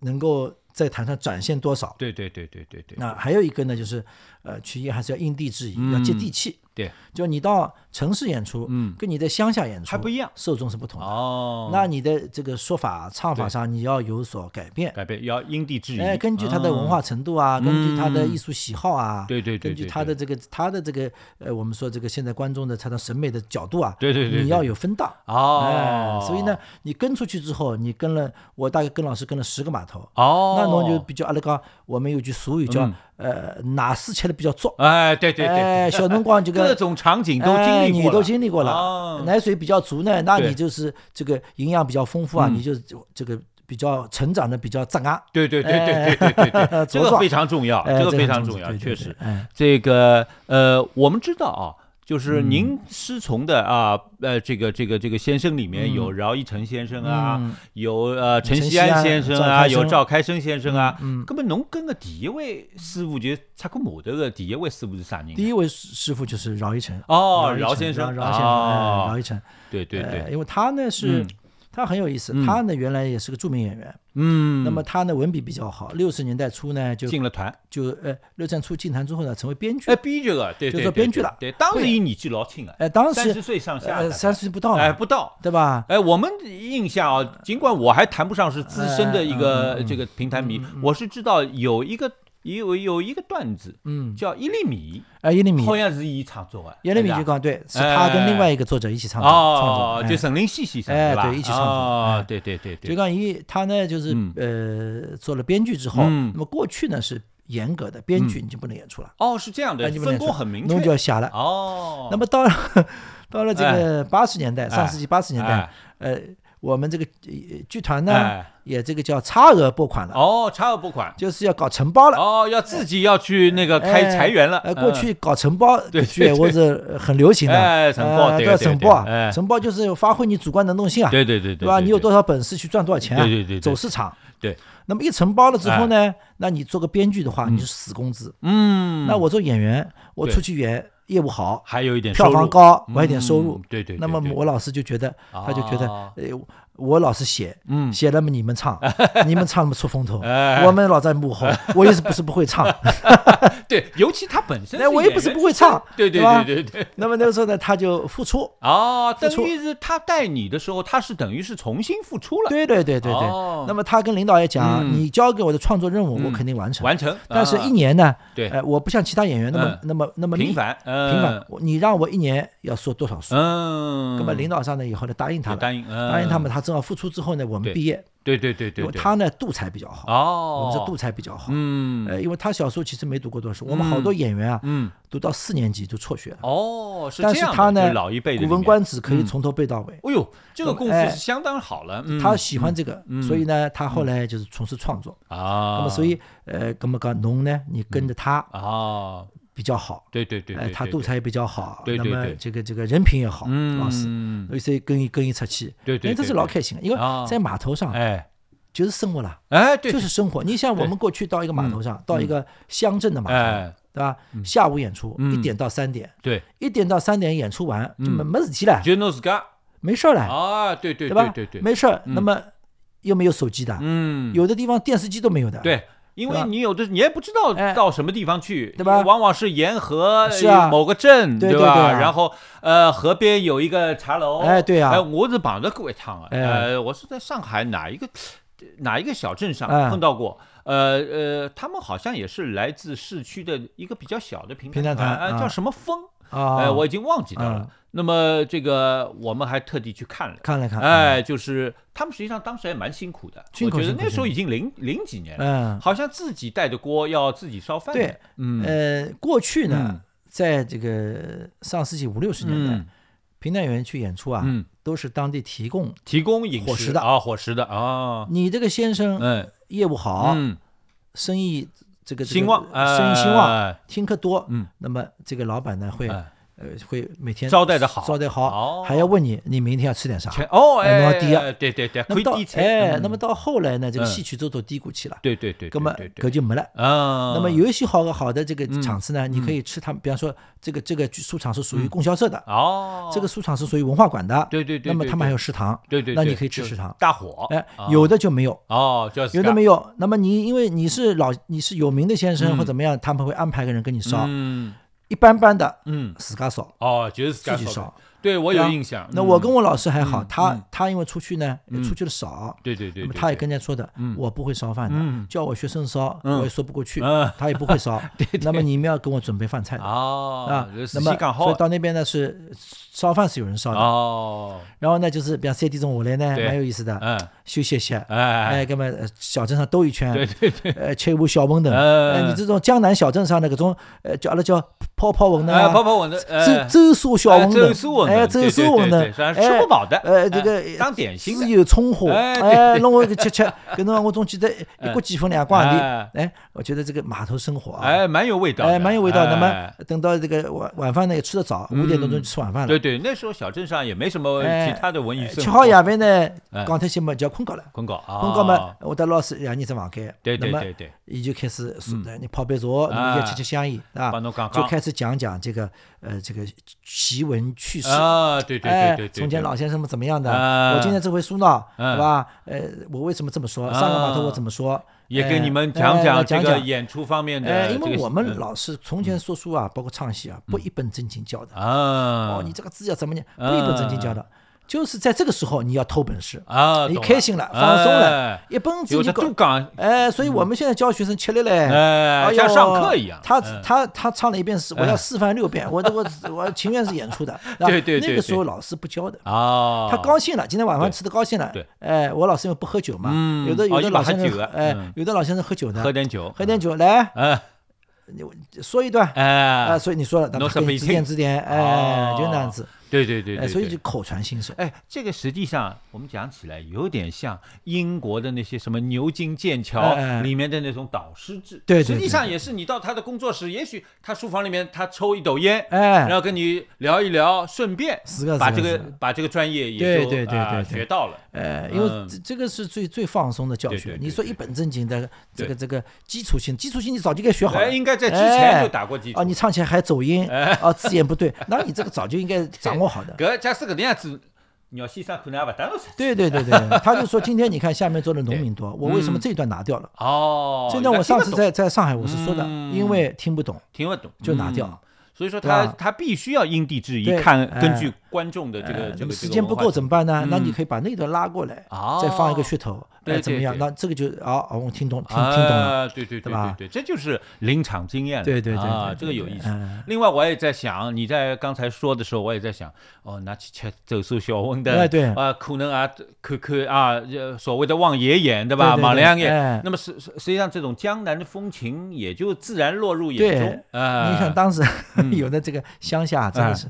Speaker 3: 能够在台上展现多少。
Speaker 2: 对对对对对对嗯
Speaker 3: 那还有一个呢，就是呃，曲艺还是要因地制宜，要接地气。
Speaker 2: 对
Speaker 3: 就你到城市演出，
Speaker 2: 嗯
Speaker 3: 跟你在乡下演出
Speaker 2: 还不一样
Speaker 3: 受众是不同的。
Speaker 2: 哦，
Speaker 3: 那你的这个说法、唱法
Speaker 2: 对
Speaker 3: 上，你要有所改变。
Speaker 2: 改变要因地制宜，
Speaker 3: 哎，根据他的文化程度啊，根据他的艺术喜好
Speaker 2: 嗯
Speaker 3: 啊，
Speaker 2: 对对对
Speaker 3: 根据
Speaker 2: 对
Speaker 3: 他的这个他的这个呃，我们说这个现在观众的他的审美的角度啊，
Speaker 2: 对对对
Speaker 3: 你要有分档。
Speaker 2: 嗯哦
Speaker 3: 哎，，所以呢，你跟出去之后，你跟了我大概跟老师跟了十个码头，
Speaker 2: 哦，
Speaker 3: 那侬就比较阿拉讲，我们有句俗语叫
Speaker 2: 嗯
Speaker 3: 呃，哪次吃的比较足，
Speaker 2: 哎对对对，
Speaker 3: 哎，小辰光这
Speaker 2: 各
Speaker 3: 个。
Speaker 2: 种场景都经
Speaker 3: 哎，
Speaker 2: 历过了，
Speaker 3: 你都经历过了
Speaker 2: 哦，
Speaker 3: 奶水比较足呢，那
Speaker 2: 对嗯
Speaker 3: 你就是这个营养比较丰富啊，你就这个比较成长的比较扎啊。
Speaker 2: 对对对对对对对对，
Speaker 3: 哎
Speaker 2: 这个非常重要，
Speaker 3: 哎
Speaker 2: 啊这个非
Speaker 3: 很
Speaker 2: 常
Speaker 3: 重
Speaker 2: 重要，
Speaker 3: 对
Speaker 2: 确
Speaker 3: 对对
Speaker 2: 实。
Speaker 3: 哎
Speaker 2: 这个呃，我们知道啊，就是
Speaker 3: 嗯
Speaker 2: 您师从的啊，呃，这个这个这个先生里面有饶一成先生啊
Speaker 3: 嗯，
Speaker 2: 有呃陈
Speaker 3: 陈
Speaker 2: 锡
Speaker 3: 锡
Speaker 2: 安
Speaker 3: 安
Speaker 2: 先生
Speaker 3: 赵
Speaker 2: 啊，
Speaker 3: 开
Speaker 2: 有
Speaker 3: 生嗯
Speaker 2: 赵开生先生啊。那么侬跟个第一位师傅就擦过码头的第一位师傅是啥人啊？
Speaker 3: 第一位师师傅就是饶一成
Speaker 2: 哦饶
Speaker 3: 饶
Speaker 2: 先生
Speaker 3: 饶先生，哎
Speaker 2: 哦
Speaker 3: 饶一成，
Speaker 2: 对对
Speaker 3: 呃
Speaker 2: 对，
Speaker 3: 因为他呢是
Speaker 2: 嗯
Speaker 3: 他很有意思
Speaker 2: 嗯，
Speaker 3: 他呢原来也是个著名演员，
Speaker 2: 嗯，
Speaker 3: 那么他呢文笔比较好，六十年代初呢就
Speaker 2: 进了团，
Speaker 3: 就呃六战初进坛之后呢成为编剧
Speaker 2: 哎，，编剧个，对
Speaker 3: 就
Speaker 2: 对
Speaker 3: 做
Speaker 2: 对
Speaker 3: 编剧
Speaker 2: 对
Speaker 3: 了
Speaker 2: 对，当时
Speaker 3: 对
Speaker 2: 伊年纪老轻啊，
Speaker 3: 哎当时
Speaker 2: 三十岁上下大概，
Speaker 3: 呃三十岁不到
Speaker 2: 哎
Speaker 3: 了，
Speaker 2: 不到，
Speaker 3: 对吧？
Speaker 2: 哎，我们印象啊，尽管我还谈不上是资深的一个、
Speaker 3: 哎嗯嗯嗯
Speaker 2: 这个平台迷，我是知道有一个有有一个段子
Speaker 3: 嗯，
Speaker 2: 叫《一粒米
Speaker 3: 哎叶丽》，敏，
Speaker 2: 好像是伊创作的，
Speaker 3: 叶丽敏
Speaker 2: 是
Speaker 3: 就
Speaker 2: 吧
Speaker 3: 讲对，是他跟另外一个作者一起唱的创作
Speaker 2: 哦，
Speaker 3: 的，
Speaker 2: 就
Speaker 3: 哎
Speaker 2: 沈林系先生
Speaker 3: 哎
Speaker 2: 对吧？
Speaker 3: 对一起创作
Speaker 2: 哦
Speaker 3: 哎，
Speaker 2: 对对对
Speaker 3: 就
Speaker 2: 对，
Speaker 3: 讲一他呢就是
Speaker 2: 嗯
Speaker 3: 呃做了编剧之后，
Speaker 2: 嗯
Speaker 3: 那么过去呢是严格的编剧你就不能演出了，
Speaker 2: 哦是这样的
Speaker 3: 哎，你不能
Speaker 2: 分
Speaker 3: 演出
Speaker 2: 工很明
Speaker 3: 侬就要
Speaker 2: 确。
Speaker 3: 下了。
Speaker 2: 哦，
Speaker 3: 那么到了到了这个八十年代，上世纪八十年代
Speaker 2: 哎，
Speaker 3: 呃，我们这个呃剧团呢
Speaker 2: 哎
Speaker 3: 也这个叫差额拨款了，
Speaker 2: 哦，差额拨款，
Speaker 3: 就是要搞承包了。
Speaker 2: 哦，要自己要去那个开
Speaker 3: 哎
Speaker 2: 裁员了。
Speaker 3: 呃，
Speaker 2: 嗯
Speaker 3: 过去搞承包
Speaker 2: 对
Speaker 3: 的剧
Speaker 2: 对
Speaker 3: 我是很流行的，
Speaker 2: 哎承包
Speaker 3: 呃
Speaker 2: 对
Speaker 3: 都要
Speaker 2: 对
Speaker 3: 承
Speaker 2: 对
Speaker 3: 包啊
Speaker 2: 哎，
Speaker 3: 承包就是发挥你主观能动性啊，
Speaker 2: 对对对对
Speaker 3: 吧？
Speaker 2: 对
Speaker 3: 你有
Speaker 2: 对
Speaker 3: 多少本事去赚多少钱啊，
Speaker 2: 对对对对
Speaker 3: 走市场，
Speaker 2: 对，
Speaker 3: 那么一承包了之后呢，那你做个编剧的话，你就死工资。
Speaker 2: 嗯，
Speaker 3: 那我做演员，我
Speaker 2: 对
Speaker 3: 出去演业务好，
Speaker 2: 还有一点
Speaker 3: 票
Speaker 2: 收
Speaker 3: 房
Speaker 2: 入，
Speaker 3: 高，我还有点收入
Speaker 2: 嗯。对对对
Speaker 3: 那么
Speaker 2: 对
Speaker 3: 我老师就觉得，他就觉得
Speaker 2: 啊，
Speaker 3: 呃，我老是写，
Speaker 2: 嗯
Speaker 3: 写了么你 们唱，你们唱么出风头
Speaker 2: 哎，
Speaker 3: 我们老在幕后， 我又是不是不会唱？
Speaker 2: 对，尤其他本身
Speaker 3: 那我也不是不会唱，
Speaker 2: 对对
Speaker 3: 吧
Speaker 2: 对？对对。
Speaker 3: 那么那个时候呢，他就 付出，
Speaker 2: 哦，等
Speaker 3: 出
Speaker 2: 于是他带你的时候，他是等于是重新付出了，
Speaker 3: 对对对对对
Speaker 2: 哦。
Speaker 3: 那么他跟领导也讲，
Speaker 2: 嗯
Speaker 3: 你交给我的创作任务，
Speaker 2: 嗯
Speaker 3: 我肯定完成。
Speaker 2: 完成。
Speaker 3: 但是
Speaker 2: 啊
Speaker 3: 一年呢，
Speaker 2: 对
Speaker 3: 呃，我不像其他演员那么
Speaker 2: 嗯
Speaker 3: 那么那么密
Speaker 2: 平凡，
Speaker 3: 平
Speaker 2: 平
Speaker 3: 凡，，我你让我一年要说多少书？
Speaker 2: 嗯，
Speaker 3: 那么领导上呢以后呢答应他
Speaker 2: 也
Speaker 3: 们，
Speaker 2: 答应
Speaker 3: 答应他
Speaker 2: 嗯
Speaker 3: 们，他正好付出之后呢，我们
Speaker 2: 对
Speaker 3: 毕业，
Speaker 2: 对对对对
Speaker 3: 因为
Speaker 2: 对，
Speaker 3: 他呢度才比较好，
Speaker 2: 哦，
Speaker 3: 我们这度才比较好。
Speaker 2: 嗯
Speaker 3: 呃，因为他小时候其实没读过多少书，我们好多演员啊，
Speaker 2: 嗯，
Speaker 3: 读到四年级就辍学了。
Speaker 2: 哦，是
Speaker 3: 但
Speaker 2: 这
Speaker 3: 是
Speaker 2: 样的
Speaker 3: 他呢
Speaker 2: 就，老一辈的
Speaker 3: 古
Speaker 2: 里
Speaker 3: 文
Speaker 2: 面
Speaker 3: 观止可以
Speaker 2: 嗯
Speaker 3: 从头背到尾，
Speaker 2: 哎呦，这个
Speaker 3: 懂
Speaker 2: 功夫
Speaker 3: 哎
Speaker 2: 是相当好了，嗯
Speaker 3: 他喜欢这个
Speaker 2: 嗯，
Speaker 3: 所以呢，他后来就是从事创作。
Speaker 2: 啊，
Speaker 3: 那么所以呃，那么讲侬呢，你跟着他
Speaker 2: 啊，
Speaker 3: 比较好，
Speaker 2: 对对对，
Speaker 3: 哎，
Speaker 2: 对
Speaker 3: 他
Speaker 2: 对
Speaker 3: 度
Speaker 2: 对
Speaker 3: 才也比较好，
Speaker 2: 对
Speaker 3: 那
Speaker 2: 对
Speaker 3: 么
Speaker 2: 对
Speaker 3: 这个这个人品也好，
Speaker 2: 嗯，
Speaker 3: 老师，所以跟伊跟伊出去，
Speaker 2: 对对
Speaker 3: 哎这是
Speaker 2: 对
Speaker 3: 老
Speaker 2: 对
Speaker 3: 开心的，因为
Speaker 2: 啊
Speaker 3: 在码头上
Speaker 2: 哎
Speaker 3: 就是生活了，
Speaker 2: 哎，对，
Speaker 3: 就是生活。你像我
Speaker 2: 对
Speaker 3: 们过去到一个码头上，到一
Speaker 2: 嗯
Speaker 3: 个乡镇的码头，
Speaker 2: 哎
Speaker 3: 对吧？下午演出
Speaker 2: 嗯
Speaker 3: 一点到三点，
Speaker 2: 对，
Speaker 3: 一点到三点演出完就没
Speaker 2: 嗯
Speaker 3: 没事体了，
Speaker 2: 就弄自家
Speaker 3: 没事儿了，
Speaker 2: 啊，对对
Speaker 3: 哎吧
Speaker 2: 对？对，
Speaker 3: 没事儿。那么又没有手机的，
Speaker 2: 嗯，
Speaker 3: 有的地方电视机都没有的，
Speaker 2: 对。因为
Speaker 3: 啊吧
Speaker 2: 你有的你也不知道
Speaker 3: 哎
Speaker 2: 到什么地方去，
Speaker 3: 对吧
Speaker 2: 往往是沿河
Speaker 3: 是啊
Speaker 2: 呃某个镇，
Speaker 3: 对对
Speaker 2: 吧？
Speaker 3: 对啊
Speaker 2: 然后呃，河边有一个茶楼，
Speaker 3: 哎对啊
Speaker 2: 哎，我是碰着过一趟啊，
Speaker 3: 哎
Speaker 2: 呃，我是在上海哪一个哪一个小镇上
Speaker 3: 哎
Speaker 2: 碰到过。呃呃，他们好像也是来自市区的一个比较小的平
Speaker 3: 平台
Speaker 2: 台
Speaker 3: 团
Speaker 2: 哎
Speaker 3: 啊
Speaker 2: 叫什么风？哎，
Speaker 3: 啊，
Speaker 2: 我已经忘记掉了
Speaker 3: 嗯。
Speaker 2: 那么这个我们还特地去看了，
Speaker 3: 看了看，
Speaker 2: 哎，就是他们实际上当时还蛮辛苦的，
Speaker 3: 啊辛苦
Speaker 2: 我觉得
Speaker 3: 辛苦
Speaker 2: 那时候
Speaker 3: 辛
Speaker 2: 已经零零几年了，
Speaker 3: 嗯，
Speaker 2: 好像自己带着锅要自己烧饭的。
Speaker 3: 对
Speaker 2: 嗯，
Speaker 3: 呃，过去
Speaker 2: 嗯
Speaker 3: 呢，在这个上世纪五六十年代
Speaker 2: 嗯，
Speaker 3: 平潭园区演出啊
Speaker 2: 嗯，
Speaker 3: 都是当地提供。
Speaker 2: 提供饮
Speaker 3: 伙
Speaker 2: 食
Speaker 3: 食的
Speaker 2: 啊，伙食的啊，
Speaker 3: 你这个先生
Speaker 2: 嗯
Speaker 3: 业务好，
Speaker 2: 嗯，
Speaker 3: 生意这个这个
Speaker 2: 兴旺，
Speaker 3: 生意兴旺，
Speaker 2: 哎，
Speaker 3: 听客多，
Speaker 2: 嗯，
Speaker 3: 那么这个老板呢会
Speaker 2: 哎
Speaker 3: 呃会每天
Speaker 2: 招待得好
Speaker 3: 招待
Speaker 2: 哦
Speaker 3: 好，还要问你你明天要吃点啥。
Speaker 2: 全哦，
Speaker 3: 哎
Speaker 2: 哎，
Speaker 3: 拿低啊
Speaker 2: 哎对对对，
Speaker 3: 那
Speaker 2: 可
Speaker 3: 么
Speaker 2: 以
Speaker 3: 到
Speaker 2: 低菜，
Speaker 3: 哎，
Speaker 2: 嗯
Speaker 3: 那么到后来呢，这个
Speaker 2: 嗯
Speaker 3: 戏曲走走低谷期了，
Speaker 2: 对对对，
Speaker 3: 那么
Speaker 2: 对对
Speaker 3: 搿
Speaker 2: 对
Speaker 3: 就没了。
Speaker 2: 啊，
Speaker 3: 那么有一些好的好的这个
Speaker 2: 嗯
Speaker 3: 场次呢，你可以吃他们，比方说这个这个书场是属于供销社的，
Speaker 2: 哦，
Speaker 3: 这个书场是属于文化馆的，
Speaker 2: 对对对
Speaker 3: 那么
Speaker 2: 对
Speaker 3: 他们
Speaker 2: 对
Speaker 3: 还有食堂，
Speaker 2: 对对，
Speaker 3: 那
Speaker 2: 对
Speaker 3: 你可以
Speaker 2: 就
Speaker 3: 吃
Speaker 2: 是
Speaker 3: 食堂
Speaker 2: 大火，
Speaker 3: 哎
Speaker 2: 啊，
Speaker 3: 有的就没有。
Speaker 2: 哦，就
Speaker 3: 有的没
Speaker 2: 有，
Speaker 3: 有，那么你因为你是老你是有名的先生或怎么样，他们会安排个人跟你烧，
Speaker 2: 嗯
Speaker 3: 一般般的
Speaker 2: 嗯，
Speaker 3: 自家烧，
Speaker 2: 哦，就是
Speaker 3: 自己
Speaker 2: 烧
Speaker 3: 烧。
Speaker 2: 对我
Speaker 3: 对
Speaker 2: 有
Speaker 3: 啊
Speaker 2: 印象。
Speaker 3: 那我
Speaker 2: 嗯
Speaker 3: 跟我老师还好，
Speaker 2: 嗯
Speaker 3: 他
Speaker 2: 嗯
Speaker 3: 他因为出去呢，出去的少，
Speaker 2: 对对对，
Speaker 3: 那么
Speaker 2: 对
Speaker 3: 他也
Speaker 2: 对
Speaker 3: 跟人家说的，我不会烧饭
Speaker 2: 嗯
Speaker 3: 的，叫我学生烧，
Speaker 2: 嗯
Speaker 3: 我也说不过去
Speaker 2: 嗯，
Speaker 3: 他也不 会烧。那么你们要给我准备饭菜的
Speaker 2: 哦
Speaker 3: 啊
Speaker 2: 就是，
Speaker 3: 那
Speaker 2: 西港
Speaker 3: 么
Speaker 2: 号
Speaker 3: 所以到那边呢是烧饭是有人烧的，
Speaker 2: 哦，
Speaker 3: 然后呢就是比方三点钟下来呢，
Speaker 2: 对
Speaker 3: 蛮有意思的，
Speaker 2: 嗯，
Speaker 3: 休息一下。
Speaker 2: 哎
Speaker 3: 哎，那么呃小镇上兜一圈，
Speaker 2: 对对对，
Speaker 3: 呃，吃一碗小馄饨。
Speaker 2: 哎
Speaker 3: 哎，你这种江南小镇上的搿种，呃，叫阿拉叫泡泡馄饨
Speaker 2: 哎，
Speaker 3: 啊，
Speaker 2: 泡泡馄饨，哎
Speaker 3: 周周沙小
Speaker 2: 哎
Speaker 3: 馄
Speaker 2: 周苏馄
Speaker 3: 饨，
Speaker 2: 饨对
Speaker 3: 哎，周
Speaker 2: 对
Speaker 3: 沙
Speaker 2: 对对
Speaker 3: 馄饨，
Speaker 2: 是
Speaker 3: 哎
Speaker 2: 吃不饱的
Speaker 3: 呃，这
Speaker 2: 哎
Speaker 3: 个
Speaker 2: 当点心的
Speaker 3: 自有葱花，
Speaker 2: 哎对
Speaker 3: 哎，弄我个吃吃， 搿辰光我总记得一锅鸡粉两瓜
Speaker 2: 哎
Speaker 3: 钿，哎，我觉得这个码头生活啊，
Speaker 2: 哎，蛮有味道的，
Speaker 3: 哎，蛮有味道。那么
Speaker 2: 哎嗯
Speaker 3: 等到这个晚晚饭呢，也吃得早，五点多钟就吃晚饭了
Speaker 2: 对，对，那时候小镇上也没什么
Speaker 3: 哎
Speaker 2: 其他的文娱
Speaker 3: 哎
Speaker 2: 生活，
Speaker 3: 吃好夜饭呢
Speaker 2: 哎，
Speaker 3: 讲脱些么就要困觉了。
Speaker 2: 困觉啊，
Speaker 3: 困觉嘛，，我得老师让你只房间，
Speaker 2: 对
Speaker 3: 那
Speaker 2: 对
Speaker 3: 么
Speaker 2: 对对，嗯
Speaker 3: 伊就开始说，你泡杯茶，侬也
Speaker 2: 啊
Speaker 3: 吃吃香烟，啊
Speaker 2: 帮侬讲，讲
Speaker 3: 就开始讲讲这个呃这个奇闻趣事。
Speaker 2: 啊，对对对
Speaker 3: 哎
Speaker 2: 对对，，
Speaker 3: 从前
Speaker 2: 对
Speaker 3: 老先生们怎么样的？
Speaker 2: 啊
Speaker 3: 我今天这回书闹，
Speaker 2: 嗯
Speaker 3: 对吧？呃，我为什么这么说？
Speaker 2: 啊
Speaker 3: 上个码头我怎么说？
Speaker 2: 也
Speaker 3: 哎
Speaker 2: 跟你们
Speaker 3: 哎
Speaker 2: 讲
Speaker 3: 哎
Speaker 2: 讲这
Speaker 3: 讲
Speaker 2: 个演出方面的
Speaker 3: 哎，
Speaker 2: 这
Speaker 3: 因
Speaker 2: 个，
Speaker 3: 为我们
Speaker 2: 嗯
Speaker 3: 老是从前说书啊，包括唱戏啊，不一本正经教的。
Speaker 2: 啊
Speaker 3: 哦，你这个字要怎么念？不一本正经教的，就是在这个时候你要偷本事，
Speaker 2: 啊，
Speaker 3: 你
Speaker 2: 懂
Speaker 3: 开心了，放松了
Speaker 2: 哎，
Speaker 3: 一本
Speaker 2: 有的
Speaker 3: 正经
Speaker 2: 都
Speaker 3: 教。
Speaker 2: 讲
Speaker 3: 哎，所以我们现在教学生吃力嘞，
Speaker 2: 哎
Speaker 3: 哎呦
Speaker 2: 像上课一样
Speaker 3: 他
Speaker 2: 嗯
Speaker 3: 他他唱了一遍是，我要示范六遍，我我我情愿是演出 的，吧
Speaker 2: 对对对
Speaker 3: 那个时候
Speaker 2: 对
Speaker 3: 老师不教的。
Speaker 2: 啊，
Speaker 3: 他高兴了，今天晚
Speaker 2: 对
Speaker 3: 饭吃的高兴了。
Speaker 2: 对，
Speaker 3: 哎，我老师因为不喝酒嘛，
Speaker 2: 嗯
Speaker 3: 有的有
Speaker 2: 哦
Speaker 3: 的
Speaker 2: 一碗
Speaker 3: 老先
Speaker 2: 喝酒
Speaker 3: 生，
Speaker 2: 的嗯
Speaker 3: 哎，有的老先生喝酒呢，
Speaker 2: 喝点酒，
Speaker 3: 喝点酒来，
Speaker 2: 哎
Speaker 3: 你说一段，
Speaker 2: 哎
Speaker 3: 啊，所以你说了，咱
Speaker 2: 弄
Speaker 3: 们
Speaker 2: 什么一
Speaker 3: 指
Speaker 2: 听
Speaker 3: 点指点，
Speaker 2: 哦
Speaker 3: 哎，就那样子。
Speaker 2: 对对对
Speaker 3: 哎、
Speaker 2: 对，
Speaker 3: 所以
Speaker 2: 对
Speaker 3: 就口传心授。
Speaker 2: 哎，这个实际上我们讲起来有点像英国的那些什么牛津、剑桥
Speaker 3: 哎哎
Speaker 2: 里面的那种导师制，
Speaker 3: 对
Speaker 2: 实
Speaker 3: 对
Speaker 2: 际
Speaker 3: 对
Speaker 2: 上也是你到他的工作室，也许他书房里面他抽一斗烟，
Speaker 3: 哎
Speaker 2: 然后跟你聊一聊，顺便
Speaker 3: 是的
Speaker 2: 把
Speaker 3: 是
Speaker 2: 这
Speaker 3: 的
Speaker 2: 个
Speaker 3: 是的
Speaker 2: 把这个专业也
Speaker 3: 对
Speaker 2: 就
Speaker 3: 对对
Speaker 2: 啊
Speaker 3: 对对
Speaker 2: 学到了，
Speaker 3: 呃，因为
Speaker 2: 嗯
Speaker 3: 这这个是最最放松的教
Speaker 2: 对对
Speaker 3: 学。
Speaker 2: 对
Speaker 3: 你说
Speaker 2: 对
Speaker 3: 一本正经的这
Speaker 2: 对
Speaker 3: 个这个基础性，基础性你早就该学好
Speaker 2: 哎，
Speaker 3: 了。
Speaker 2: 应该在之前
Speaker 3: 哎
Speaker 2: 就打过基础哎
Speaker 3: 啊，你唱起来还走音，啊，字眼不 对，那你这个早就应该掌握好的。
Speaker 2: 搿假使搿能样子，鸟先生可能也勿当了噻。
Speaker 3: 对对对对，他就说今天你看下面坐的农 民多，我为什么
Speaker 2: 嗯
Speaker 3: 这一段拿掉了？
Speaker 2: 哦，
Speaker 3: 这段我
Speaker 2: 原来听
Speaker 3: 上
Speaker 2: 得
Speaker 3: 次
Speaker 2: 懂
Speaker 3: 在在上海我是说的，
Speaker 2: 嗯
Speaker 3: 因为听不懂，
Speaker 2: 听不懂
Speaker 3: 就拿掉
Speaker 2: 嗯所以说
Speaker 3: 对
Speaker 2: 他
Speaker 3: 吧
Speaker 2: 他必须要因地制宜，
Speaker 3: 对
Speaker 2: 看
Speaker 3: 哎
Speaker 2: 根据观众的这个
Speaker 3: 呃
Speaker 2: 嗯哎这
Speaker 3: 那
Speaker 2: 个
Speaker 3: 么
Speaker 2: 这
Speaker 3: 时
Speaker 2: 个
Speaker 3: 间
Speaker 2: 文
Speaker 3: 不
Speaker 2: 化
Speaker 3: 够怎么办呢？那
Speaker 2: 嗯
Speaker 3: 你可以把那段拉过来，
Speaker 2: 哦
Speaker 3: 再放一个噱头，
Speaker 2: 对
Speaker 3: 哎，怎么
Speaker 2: 对
Speaker 3: 样？
Speaker 2: 对
Speaker 3: 那这个就啊，哦，我听懂，听
Speaker 2: 啊
Speaker 3: 听懂了，
Speaker 2: 对对对
Speaker 3: 对吧
Speaker 2: 对对，这就是临场经验了
Speaker 3: 对对对
Speaker 2: 啊，
Speaker 3: 对对
Speaker 2: 这个有
Speaker 3: 对
Speaker 2: 意思
Speaker 3: 嗯。
Speaker 2: 另外，我也在想，你在刚才说的时候，我也在想，哦，拿去吃走兽小馄饨，
Speaker 3: 哎对
Speaker 2: 啊，可能啊，看看啊，呃所谓的望爷眼，对吧？
Speaker 3: 对对对
Speaker 2: 望两眼
Speaker 3: 哎。
Speaker 2: 那么实实实际上，这种江南的风情也就自然落入眼
Speaker 3: 对
Speaker 2: 中。啊，
Speaker 3: 你想当时
Speaker 2: 哎
Speaker 3: 有的这个乡下真的
Speaker 2: 嗯
Speaker 3: 是，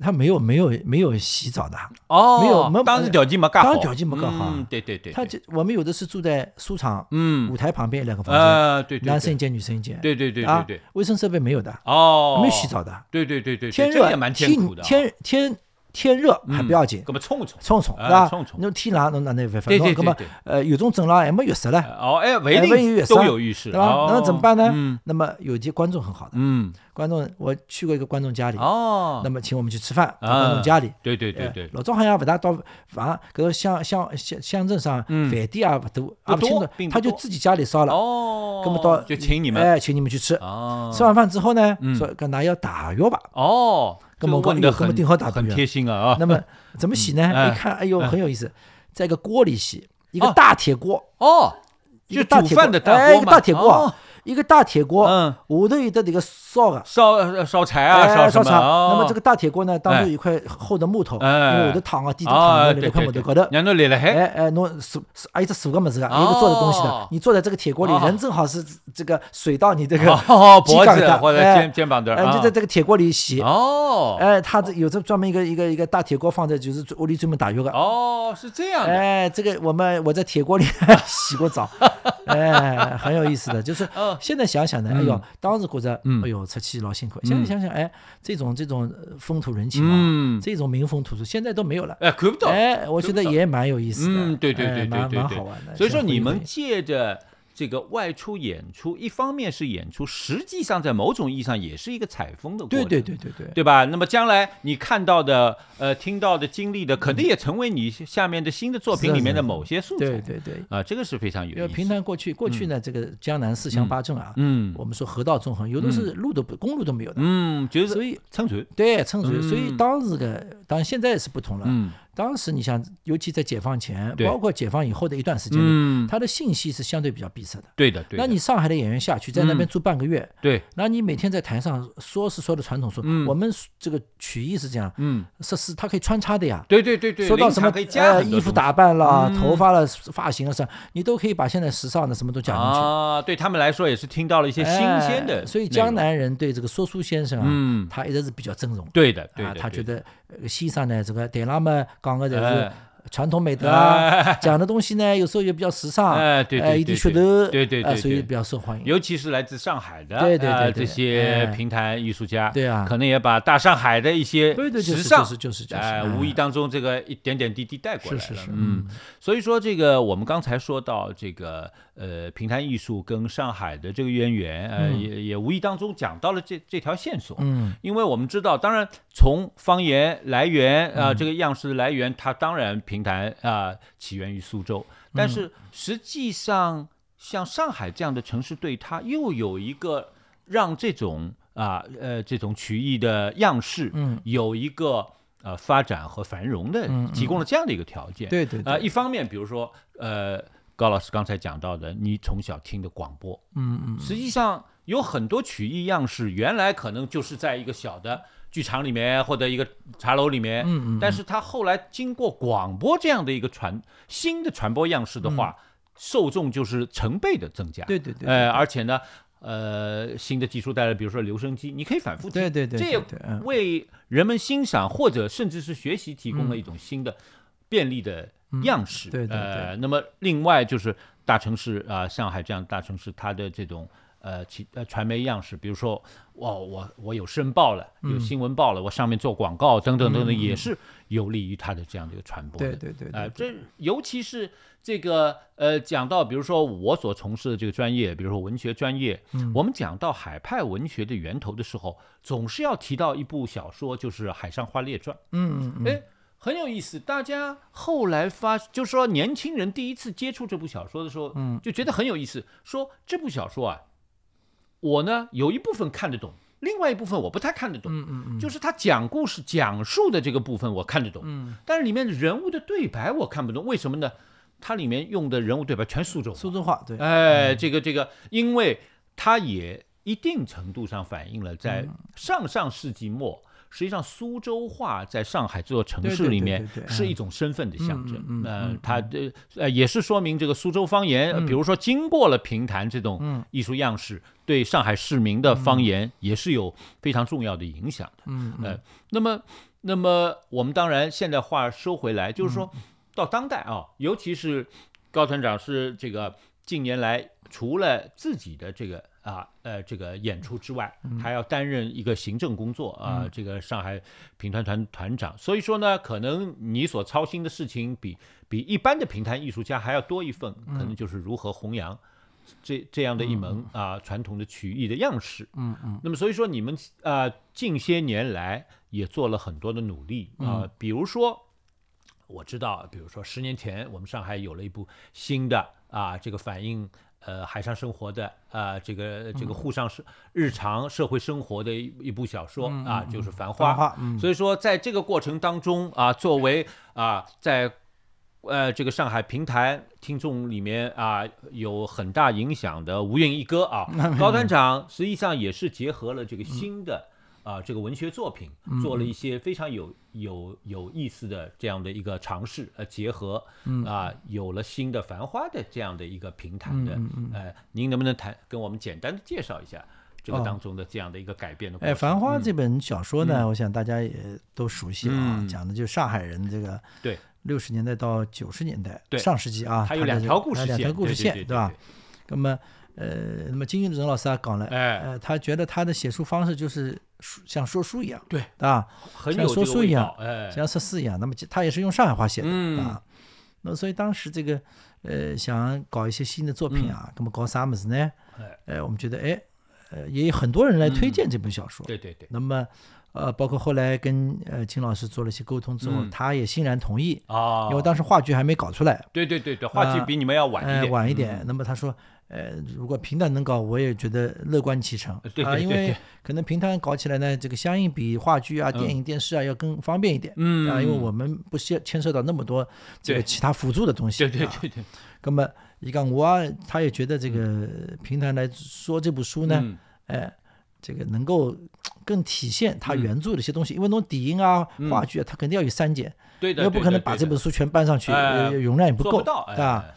Speaker 3: 他没有没有没有洗澡的，
Speaker 2: 哦，
Speaker 3: 没有没有
Speaker 2: 当时条件没搞好，
Speaker 3: 当时条件没搞好啊
Speaker 2: 嗯对对对，
Speaker 3: 他
Speaker 2: 对
Speaker 3: 就我们有的是住在书场
Speaker 2: 嗯
Speaker 3: 舞台旁边有两个房间，
Speaker 2: 啊，对对，
Speaker 3: 男
Speaker 2: 对
Speaker 3: 生一间女生一间，
Speaker 2: 对对对对
Speaker 3: 啊
Speaker 2: 对，，
Speaker 3: 卫生设备没有的，
Speaker 2: 哦，
Speaker 3: 没有洗，澡的，
Speaker 2: 对对对对，对
Speaker 3: 天
Speaker 2: 这个也
Speaker 3: 热
Speaker 2: 蛮艰苦
Speaker 3: 天
Speaker 2: 的嗯啊，
Speaker 3: 天天天热还不要紧
Speaker 2: 搿，么冲一冲，
Speaker 3: 冲冲
Speaker 2: 啊
Speaker 3: 是吧
Speaker 2: 冲冲？
Speaker 3: 侬天冷侬哪能办法？
Speaker 2: 对对
Speaker 3: 侬
Speaker 2: 对
Speaker 3: 搿么
Speaker 2: 对
Speaker 3: 呃有种症了还没浴室了，
Speaker 2: 哦，哎，不
Speaker 3: 哎
Speaker 2: 一
Speaker 3: 不一定
Speaker 2: 定
Speaker 3: 有
Speaker 2: 都
Speaker 3: 浴
Speaker 2: 有
Speaker 3: 室
Speaker 2: 浴室，
Speaker 3: 对吧？
Speaker 2: 哦
Speaker 3: 那怎么办
Speaker 2: 嗯
Speaker 3: 呢？那么有些观众很好的，
Speaker 2: 嗯，
Speaker 3: 观众我去过一个观众家里，
Speaker 2: 哦，
Speaker 3: 哎那么请我们去吃饭，到
Speaker 2: 啊
Speaker 3: 观众家里。
Speaker 2: 对对对
Speaker 3: 哎
Speaker 2: 对，
Speaker 3: 老早好像勿大到房，搿个乡乡乡乡镇上
Speaker 2: 嗯
Speaker 3: 饭店也勿多，也勿
Speaker 2: 多
Speaker 3: 清楚
Speaker 2: 并，不
Speaker 3: 他就
Speaker 2: 多
Speaker 3: 自己家里烧了，
Speaker 2: 哦，
Speaker 3: 搿么到
Speaker 2: 就请你们，
Speaker 3: 哎，请你们去吃。
Speaker 2: 哦，
Speaker 3: 吃完饭之后呢
Speaker 2: 嗯，
Speaker 3: 说搿㑚要打浴 吧？
Speaker 2: 哦，
Speaker 3: 搿么
Speaker 2: 这个问
Speaker 3: 我
Speaker 2: 的
Speaker 3: 搿么
Speaker 2: 很
Speaker 3: 定好打扮
Speaker 2: 很
Speaker 3: 呀
Speaker 2: 贴心啊啊，
Speaker 3: 那么怎么洗呢？
Speaker 2: 哎
Speaker 3: 一看，哎呦，很有意思，在一个锅里洗，一个大铁锅，
Speaker 2: 哦，
Speaker 3: 一
Speaker 2: 就
Speaker 3: 个大
Speaker 2: 煮
Speaker 3: 铁锅
Speaker 2: 饭的
Speaker 3: 哎，一
Speaker 2: 嘛
Speaker 3: 个大铁锅
Speaker 2: 哦
Speaker 3: 啊，一个大铁锅，
Speaker 2: 嗯
Speaker 3: 下头有的这个烧的。
Speaker 2: 烧呃烧柴啊，什
Speaker 3: 哎，烧
Speaker 2: 么？
Speaker 3: 柴。那么
Speaker 2: 哦
Speaker 3: 这个大铁锅呢，当
Speaker 2: 哎
Speaker 3: 中有一块厚的木头，因
Speaker 2: 哎
Speaker 3: 为下头躺啊，地上
Speaker 2: 啊，对
Speaker 3: 躺在
Speaker 2: 对
Speaker 3: 那块木
Speaker 2: 对
Speaker 3: 头高头。
Speaker 2: 让侬立了海，
Speaker 3: 哎哎，侬坐坐，还有一只坐个么子个，有个坐着东西
Speaker 2: 哦
Speaker 3: 的。你坐在这个铁锅里
Speaker 2: 哦，
Speaker 3: 人正好是这个水到你这个
Speaker 2: 哦，
Speaker 3: 膝
Speaker 2: 脖
Speaker 3: 盖
Speaker 2: 子
Speaker 3: 的
Speaker 2: 或者
Speaker 3: 哎
Speaker 2: 肩肩膀这儿
Speaker 3: 哎，
Speaker 2: 啊
Speaker 3: 就在这个铁锅里洗。
Speaker 2: 哦，
Speaker 3: 哎，它这有这专门一个一个一个大铁锅放在，就是屋里专门打浴的。
Speaker 2: 哦，是这样的，
Speaker 3: 哎，这个我们我在铁锅里 洗过 澡，哎，很有意思的。就是
Speaker 2: 嗯
Speaker 3: 现在想想呢，哎呦，当时觉着
Speaker 2: 嗯，
Speaker 3: 哎呦，出去老辛苦。现在想想，哎，这种这种呃风土人情
Speaker 2: 嗯
Speaker 3: 啊，这种民风土俗，现在都没有了。
Speaker 2: 哎，看不到，
Speaker 3: 哎，我觉得
Speaker 2: 真的
Speaker 3: 也蛮有意思的。
Speaker 2: 嗯，对对
Speaker 3: 哎
Speaker 2: 对对
Speaker 3: 蛮
Speaker 2: 对
Speaker 3: 蛮好玩
Speaker 2: 对，
Speaker 3: 的。
Speaker 2: 所以说
Speaker 3: 先回
Speaker 2: 你
Speaker 3: 忆
Speaker 2: 们
Speaker 3: 回忆
Speaker 2: 借着。这个外出演出，一方面是演出，实际上在某种意义上也是一个采风的过程，
Speaker 3: 对对对对对，
Speaker 2: 对吧？那么将来你看到的、呃听到的、经历的，肯定也成为你下面的新的作
Speaker 3: 是
Speaker 2: 品
Speaker 3: 的
Speaker 2: 里面的
Speaker 3: 是的
Speaker 2: 某些素材，
Speaker 3: 对对对。
Speaker 2: 啊，这个是非常
Speaker 3: 因
Speaker 2: 有
Speaker 3: 为
Speaker 2: 意
Speaker 3: 平
Speaker 2: 思。
Speaker 3: 常过去过去呢，这个江南四乡八镇啊，
Speaker 2: 嗯
Speaker 3: 我们说河道纵横，有的是路都不公路都没有的，
Speaker 2: 嗯，就是
Speaker 3: 所以
Speaker 2: 撑船，
Speaker 3: 对，乘水，所以
Speaker 2: 嗯
Speaker 3: 当时个，当然现在是不同了。
Speaker 2: 嗯
Speaker 3: 当时你想，尤其在解放前，
Speaker 2: 对
Speaker 3: 包括解放以后的一段时间里，
Speaker 2: 嗯，
Speaker 3: 他的信息是相对比较闭塞的。
Speaker 2: 对的对的。
Speaker 3: 那你上海的演员下去，在那边
Speaker 2: 嗯
Speaker 3: 住半个月，
Speaker 2: 对，
Speaker 3: 那你每天在台上说是说的传统说，
Speaker 2: 嗯
Speaker 3: 我们这个曲艺是这样，
Speaker 2: 嗯，
Speaker 3: 设施它可以穿插的呀。
Speaker 2: 对对对对，
Speaker 3: 说到
Speaker 2: 临
Speaker 3: 什
Speaker 2: 场
Speaker 3: 么
Speaker 2: 可以加
Speaker 3: 呃
Speaker 2: 很多
Speaker 3: 衣服
Speaker 2: 东西
Speaker 3: 打扮啦、
Speaker 2: 嗯
Speaker 3: 头发啦、发型啊啥，你都可以把现在时尚的什么都讲进去。
Speaker 2: 啊，对他们来说也是听到了一些新鲜的内
Speaker 3: 哎
Speaker 2: 容，
Speaker 3: 所以江南人对这个说书先生啊，
Speaker 2: 嗯
Speaker 3: 他一直是比较尊重的。
Speaker 2: 对的对
Speaker 3: 啊
Speaker 2: 的，，
Speaker 3: 他觉
Speaker 2: 对的
Speaker 3: 得呃先生呢，这个台上嘛讲的
Speaker 2: 哎
Speaker 3: 侪是传统美德啊
Speaker 2: 哎，
Speaker 3: 讲的东西呢有时候也比较时尚，
Speaker 2: 哎对对
Speaker 3: 呃
Speaker 2: 对
Speaker 3: 有点噱
Speaker 2: 对
Speaker 3: 头，
Speaker 2: 对对
Speaker 3: 啊
Speaker 2: 对
Speaker 3: 所以
Speaker 2: 对
Speaker 3: 比较受欢迎。
Speaker 2: 尤其是来自上海的
Speaker 3: 对对对
Speaker 2: 呃这
Speaker 3: 对
Speaker 2: 些
Speaker 3: 哎
Speaker 2: 评弹艺术家，
Speaker 3: 对啊
Speaker 2: 可能也把大上海的一些
Speaker 3: 对对，就
Speaker 2: 时
Speaker 3: 是
Speaker 2: 尚
Speaker 3: 就。是就是就是，
Speaker 2: 哎，
Speaker 3: 嗯
Speaker 2: 无意当中这个一点点滴滴带过来
Speaker 3: 是
Speaker 2: 了，
Speaker 3: 是是，
Speaker 2: 嗯，所以说这个我们刚才说到这个呃评弹艺术跟上海的这个渊源，呃，也也无意当中讲到了这这条线索，
Speaker 3: 嗯，
Speaker 2: 因为我们知道，当然从方言来源啊、
Speaker 3: 嗯
Speaker 2: 这个样式的来源，它当然评弹啊、起源于苏州，但
Speaker 3: 嗯
Speaker 2: 是实际上像上海这样的城市，对它又有一个让这种啊呃这种曲艺的样式，
Speaker 3: 嗯，
Speaker 2: 有一个呃发展和繁荣的，
Speaker 3: 嗯嗯
Speaker 2: 提供了这样的一个条件。
Speaker 3: 对对
Speaker 2: 啊、
Speaker 3: 对，
Speaker 2: 一方面比如说呃高老师刚才讲到的，你从小听的广播，
Speaker 3: 嗯嗯，
Speaker 2: 实际上有很多曲艺样式，原来可能就是在一个小的剧场里面或者一个茶楼里面，
Speaker 3: 嗯嗯嗯
Speaker 2: 但是它后来经过广播这样的一个传
Speaker 3: 嗯
Speaker 2: 新的传播样式的话，受众就是成倍的增加，
Speaker 3: 对对对对
Speaker 2: 哎呃，而且呢。呃新的技术带来，比如说留声机，你可以反复听，
Speaker 3: 对对对
Speaker 2: 这
Speaker 3: 对
Speaker 2: 也
Speaker 3: 对嗯
Speaker 2: 为人们欣赏或者甚至是学习提供了一种新的便利的样式。
Speaker 3: 嗯对对对
Speaker 2: 呃，那么另外就是大城市啊、上海这样的大城市，它的这种。呃，其呃，传媒样式，比如说，哇，我我有申报了，
Speaker 3: 嗯
Speaker 2: 有新闻报了，我上面做广告等等等等，也是有利于它的这样的一个传播的。
Speaker 3: 对对对
Speaker 2: 啊、
Speaker 3: 对
Speaker 2: 这尤其是这个呃，讲到比如说我所从事的这个专业，比如说文学专业，
Speaker 3: 嗯
Speaker 2: 我们讲到海派文学的源头的时候，总是要提到一部小说，就是《海上花列传》。
Speaker 3: 嗯嗯嗯，
Speaker 2: 哎，很有意思。大家后来发，就说年轻人第一次接触这部小说的时候，嗯，就觉得很有意思，说这部小说啊，我呢有一部分看得懂，另外一部分我不太看得懂。嗯嗯嗯，就是他讲故事讲述的这个部分我看得懂，嗯，但是里面人物的对白我看不懂，为什么呢？它里面用的人物对白全苏州话，
Speaker 3: 苏州嗯话对，
Speaker 2: 哎，这个这个，因为它也一定程度上反映了在
Speaker 3: 嗯
Speaker 2: 上上世纪末，实际上苏州话在上海这座城
Speaker 3: 对
Speaker 2: 市
Speaker 3: 对
Speaker 2: 里
Speaker 3: 对
Speaker 2: 面
Speaker 3: 对对
Speaker 2: 是
Speaker 3: 嗯
Speaker 2: 一种身份的象征。
Speaker 3: 嗯嗯嗯嗯
Speaker 2: 呃，它的呃也是说明这个苏州方言，呃比如说经过了评弹这种艺术样式，对上海市民的方言也是有非常重要的影响的。
Speaker 3: 嗯
Speaker 2: 呃，那么，那么我们当然现在话说回来，就是
Speaker 3: 嗯
Speaker 2: 说到当代啊，尤其是高团长是这个近年来除了自己的这个啊呃这个演出之外，
Speaker 3: 嗯
Speaker 2: 还要担任一个行政工作啊、这个上海评团团团长，所以说呢，可能你所操心的事情比比一般的评弹艺术家还要多一份，
Speaker 3: 嗯
Speaker 2: 可能就是如何弘扬。这这样的一门啊、传统的曲艺的样式，
Speaker 3: 嗯嗯
Speaker 2: 那么所以说你们啊、呃近些年来也做了很多的努力
Speaker 3: 嗯
Speaker 2: 啊、比如说我知道，比如说十年前我们上海有了一部新的啊、这个反映呃海上生活的啊、这个这个
Speaker 3: 嗯
Speaker 2: 沪上是日常社会生活的一一部小说、
Speaker 3: 嗯
Speaker 2: 啊，就是《繁花》
Speaker 3: 繁花嗯
Speaker 2: 所以说在这个过程当中啊，作为啊在呃，这个上海评弹听众里面啊、有很大影响的无韵一哥 啊，高团长实际上也是结合了这个新的啊、这个文学作品，
Speaker 3: 嗯
Speaker 2: 做了一些非常有有有意思的这样的一个尝试，呃，结合
Speaker 3: 嗯
Speaker 2: 啊、有了新的《繁花》的这样的一个平台
Speaker 3: 嗯
Speaker 2: 的，呃，您能不能谈跟我们简单的介绍一下这个
Speaker 3: 哦
Speaker 2: 当中的这样的一个改变的过
Speaker 3: 哎，《
Speaker 2: 程？
Speaker 3: 繁花》这本小说呢，我想大家也都熟悉了啊，
Speaker 2: 嗯
Speaker 3: 讲的就是上海人这个
Speaker 2: 对，
Speaker 3: 六十年代到九十年代
Speaker 2: 对
Speaker 3: 上世纪啊，
Speaker 2: 它有
Speaker 3: 的
Speaker 2: 两
Speaker 3: 这
Speaker 2: 条
Speaker 3: 个
Speaker 2: 故事
Speaker 3: 哎两
Speaker 2: 线
Speaker 3: 条故
Speaker 2: 对
Speaker 3: 事
Speaker 2: 对
Speaker 3: 线
Speaker 2: 对对
Speaker 3: 吧
Speaker 2: 对？
Speaker 3: 那么呃，那么金玉仁老师也讲了，
Speaker 2: 哎
Speaker 3: 呃，他觉得他的写书方式就是书像说书一样，
Speaker 2: 对
Speaker 3: 对吧？
Speaker 2: 很
Speaker 3: 像
Speaker 2: 有
Speaker 3: 说
Speaker 2: 这个
Speaker 3: 书
Speaker 2: 味
Speaker 3: 一
Speaker 2: 道
Speaker 3: 样，，
Speaker 2: 哎，
Speaker 3: 像说四一样，那么其他也是用上海话写的、
Speaker 2: 嗯
Speaker 3: 啊。那所以当时这个呃想搞一些新的作品啊，那么搞啥么子呢？
Speaker 2: 嗯哎嗯
Speaker 3: 呃，我们觉得哎，呃，也有很多人来推荐这本小说。
Speaker 2: 对对对，
Speaker 3: 那么呃，包括后来跟呃金老师做了一些沟通之后，
Speaker 2: 嗯
Speaker 3: 他也欣然同意，
Speaker 2: 啊，
Speaker 3: 因为当时话剧还没搞出来，
Speaker 2: 对对对对，话剧
Speaker 3: 呃
Speaker 2: 比你们要晚一
Speaker 3: 哎
Speaker 2: 点，嗯
Speaker 3: 晚一点。那么他说，呃，如果平潭能搞，我也觉得乐观其成
Speaker 2: 呃对
Speaker 3: 啊，
Speaker 2: 对
Speaker 3: 因
Speaker 2: 对
Speaker 3: 为
Speaker 2: 对
Speaker 3: 可能平潭搞起来呢，这个相应比话剧啊、电影、电视啊要更方便一点。
Speaker 2: 嗯
Speaker 3: 啊，因为我们不涉牵涉到那么多这个
Speaker 2: 对
Speaker 3: 其他辅助的东西。
Speaker 2: 对对
Speaker 3: 啊
Speaker 2: 对对，
Speaker 3: 那么伊讲我啊，他也觉得这个平潭来说这部书呢，
Speaker 2: 嗯
Speaker 3: 哎，这个能够更体现
Speaker 2: 嗯
Speaker 3: 他原著的一些东西，因为侬电影啊、话剧啊，他肯定要有删减，
Speaker 2: 对的，
Speaker 3: 又啊不
Speaker 2: 对
Speaker 3: 可
Speaker 2: 的
Speaker 3: 能把
Speaker 2: 对
Speaker 3: 这
Speaker 2: 的
Speaker 3: 本书全搬上去，
Speaker 2: 哎
Speaker 3: 呃容量也不
Speaker 2: 做
Speaker 3: 够，
Speaker 2: 到，哎
Speaker 3: 对吧？
Speaker 2: 哎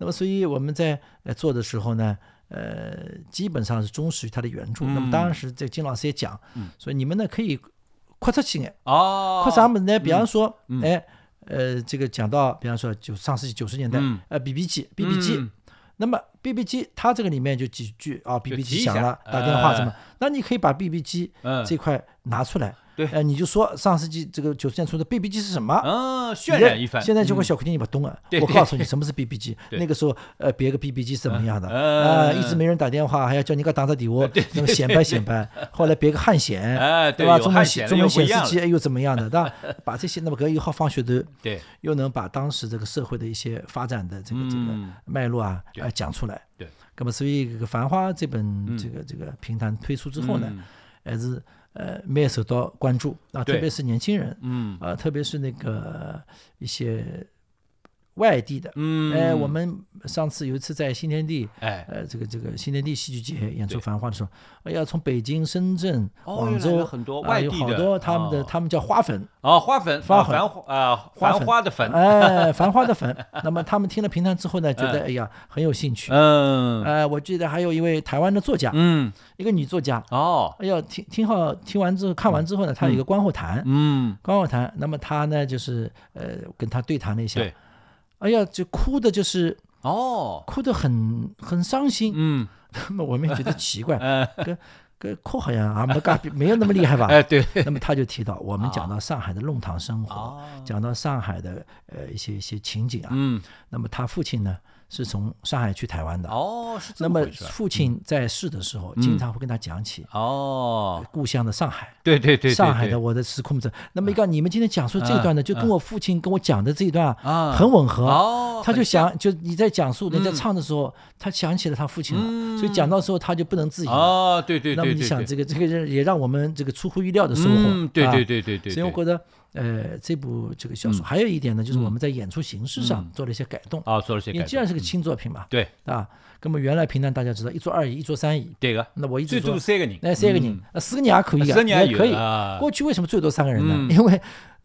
Speaker 3: 那么，所以我们在呃做的时候呢，呃，基本上是忠实于他的原
Speaker 2: 嗯
Speaker 3: 著。那么当时这个金老师也讲，所以你们呢可以扩出去眼，
Speaker 2: 哦，嗯
Speaker 3: 扩啥么子呢？比方说，哎，呃，这个讲到，比方说九上世纪九十年代
Speaker 2: 嗯，
Speaker 3: 呃，B B 机，B B 机
Speaker 2: 嗯，
Speaker 3: 那么 B B 机它这个里面就几句啊，B
Speaker 2: 就
Speaker 3: B
Speaker 2: 提
Speaker 3: 机
Speaker 2: 一
Speaker 3: 响
Speaker 2: 下
Speaker 3: 了，打电话什么
Speaker 2: 哎，
Speaker 3: 那你可以把 B B 机
Speaker 2: 嗯
Speaker 3: 这块拿出来，
Speaker 2: 对
Speaker 3: 呃，你就说上世纪这个九十年代初的 B B 机是什么？
Speaker 2: 嗯，渲染一番，
Speaker 3: 现在就
Speaker 2: 嗯
Speaker 3: 会小姑娘你不懂啊
Speaker 2: 对！
Speaker 3: 我
Speaker 2: 对
Speaker 3: 告诉你什么是 BB 机，
Speaker 2: 对
Speaker 3: 那个时候呃别个 BB 机是怎么样的
Speaker 2: 嗯
Speaker 3: 啊，
Speaker 2: 嗯
Speaker 3: 一直没人打电话，还要叫人家打打电 话，那么显摆显摆。后来别个汉显
Speaker 2: 哎，对
Speaker 3: 吧？
Speaker 2: 有
Speaker 3: 中
Speaker 2: 汉
Speaker 3: 文
Speaker 2: 显
Speaker 3: 显
Speaker 2: 了
Speaker 3: 中
Speaker 2: 又
Speaker 3: 文
Speaker 2: 不一
Speaker 3: 显示
Speaker 2: 样
Speaker 3: 器哎又怎么 样的？对吧？把这些那么搿又好放噱头，
Speaker 2: 对
Speaker 3: 又能把当时这个社会的一些发展的这个这个
Speaker 2: 嗯
Speaker 3: 脉络啊啊讲出来。
Speaker 2: 对，
Speaker 3: 那么所以这个《繁花》这本
Speaker 2: 嗯
Speaker 3: 这个这个评弹推出之后呢，还是呃蛮受到关注
Speaker 2: 对
Speaker 3: 啊，啊特别是年轻人，
Speaker 2: 嗯
Speaker 3: 呃，特别是那个一些外地的。
Speaker 2: 嗯
Speaker 3: 哎，我们上次有一次在新天地，
Speaker 2: 哎
Speaker 3: 呃，这个这个新天地戏剧节演出
Speaker 2: 对
Speaker 3: 《繁花》的时候，哎呀，从北京、深圳、
Speaker 2: 哦
Speaker 3: 广
Speaker 2: 原来
Speaker 3: 州
Speaker 2: 有很多
Speaker 3: 啊
Speaker 2: 外
Speaker 3: 有
Speaker 2: 地
Speaker 3: 好
Speaker 2: 的
Speaker 3: 多他们的，
Speaker 2: 哦
Speaker 3: 他们叫花粉，
Speaker 2: 哦，花粉，
Speaker 3: 花
Speaker 2: 啊
Speaker 3: 粉
Speaker 2: 繁花啊，
Speaker 3: 花
Speaker 2: 繁
Speaker 3: 粉
Speaker 2: 花的粉，
Speaker 3: 哎，繁花的粉。那么他们听了评弹之后呢，觉得
Speaker 2: 嗯
Speaker 3: 哎呀很有兴趣。
Speaker 2: 嗯
Speaker 3: 呃，我记得还有一位台湾的作家，
Speaker 2: 嗯，
Speaker 3: 一个女作家，
Speaker 2: 哦，
Speaker 3: 哎呀，听听好，听完之后看完之后呢，她有一个观后谈，
Speaker 2: 嗯，
Speaker 3: 观后谈。那么她呢，就是呃跟她对谈了一下
Speaker 2: 对，，
Speaker 3: 哎呀，就哭的就是
Speaker 2: 哦，
Speaker 3: 哭得很很伤心。
Speaker 2: 嗯，
Speaker 3: 那么我们也觉得奇怪，
Speaker 2: 呃，
Speaker 3: 跟跟哭好像啊没嘎比没有那么厉害吧？
Speaker 2: 哎，对，啊
Speaker 3: 那么他就提到，我们讲到上海的弄堂生活，
Speaker 2: 哦，
Speaker 3: 讲到上海的呃一些一些情景啊，
Speaker 2: 嗯，
Speaker 3: 那么他父亲呢是从上海去台湾的，
Speaker 2: 哦，是
Speaker 3: 那
Speaker 2: 这么
Speaker 3: 么
Speaker 2: 回事儿，嗯
Speaker 3: 父亲在世的时候，经常会跟他讲起
Speaker 2: 哦，
Speaker 3: 故乡的上海。
Speaker 2: 对对对，对
Speaker 3: 上海
Speaker 2: 对嗯
Speaker 3: 的我的时空者，那么一个你们今天讲述这一段呢，就跟我父亲跟我讲的这一段
Speaker 2: 啊
Speaker 3: 很吻合。
Speaker 2: 哦，
Speaker 3: 他就
Speaker 2: 很像嗯
Speaker 3: 想，就你在讲述人家唱的时候，他想起了他父亲了，所以讲到时候他就不能自已了。
Speaker 2: 哦，对对
Speaker 3: 那么
Speaker 2: 对
Speaker 3: 你
Speaker 2: 对
Speaker 3: 想，
Speaker 2: 对，
Speaker 3: 这个这个人也让我们这个出乎意料的收获，
Speaker 2: 嗯，对
Speaker 3: 啊
Speaker 2: 对对对对，
Speaker 3: 所以我
Speaker 2: 对嗯
Speaker 3: 觉得，呃，这部这个小说还有一点呢，就是我们在演出形式上做了一些改动，
Speaker 2: 啊，做了些
Speaker 3: 因
Speaker 2: 改
Speaker 3: 为既然
Speaker 2: 动，
Speaker 3: 是个轻作品嘛，
Speaker 2: 对，
Speaker 3: 啊，那么原来平常大家知道一桌二椅，一桌三椅，
Speaker 2: 这个
Speaker 3: 那我一直
Speaker 2: 最
Speaker 3: 说
Speaker 2: 多，三个人，
Speaker 3: 那三个人，呃四个人也可以啊，
Speaker 2: 三个人
Speaker 3: 也可以
Speaker 2: 有。啊，嗯
Speaker 3: 过去为什么最多三个人呢？因为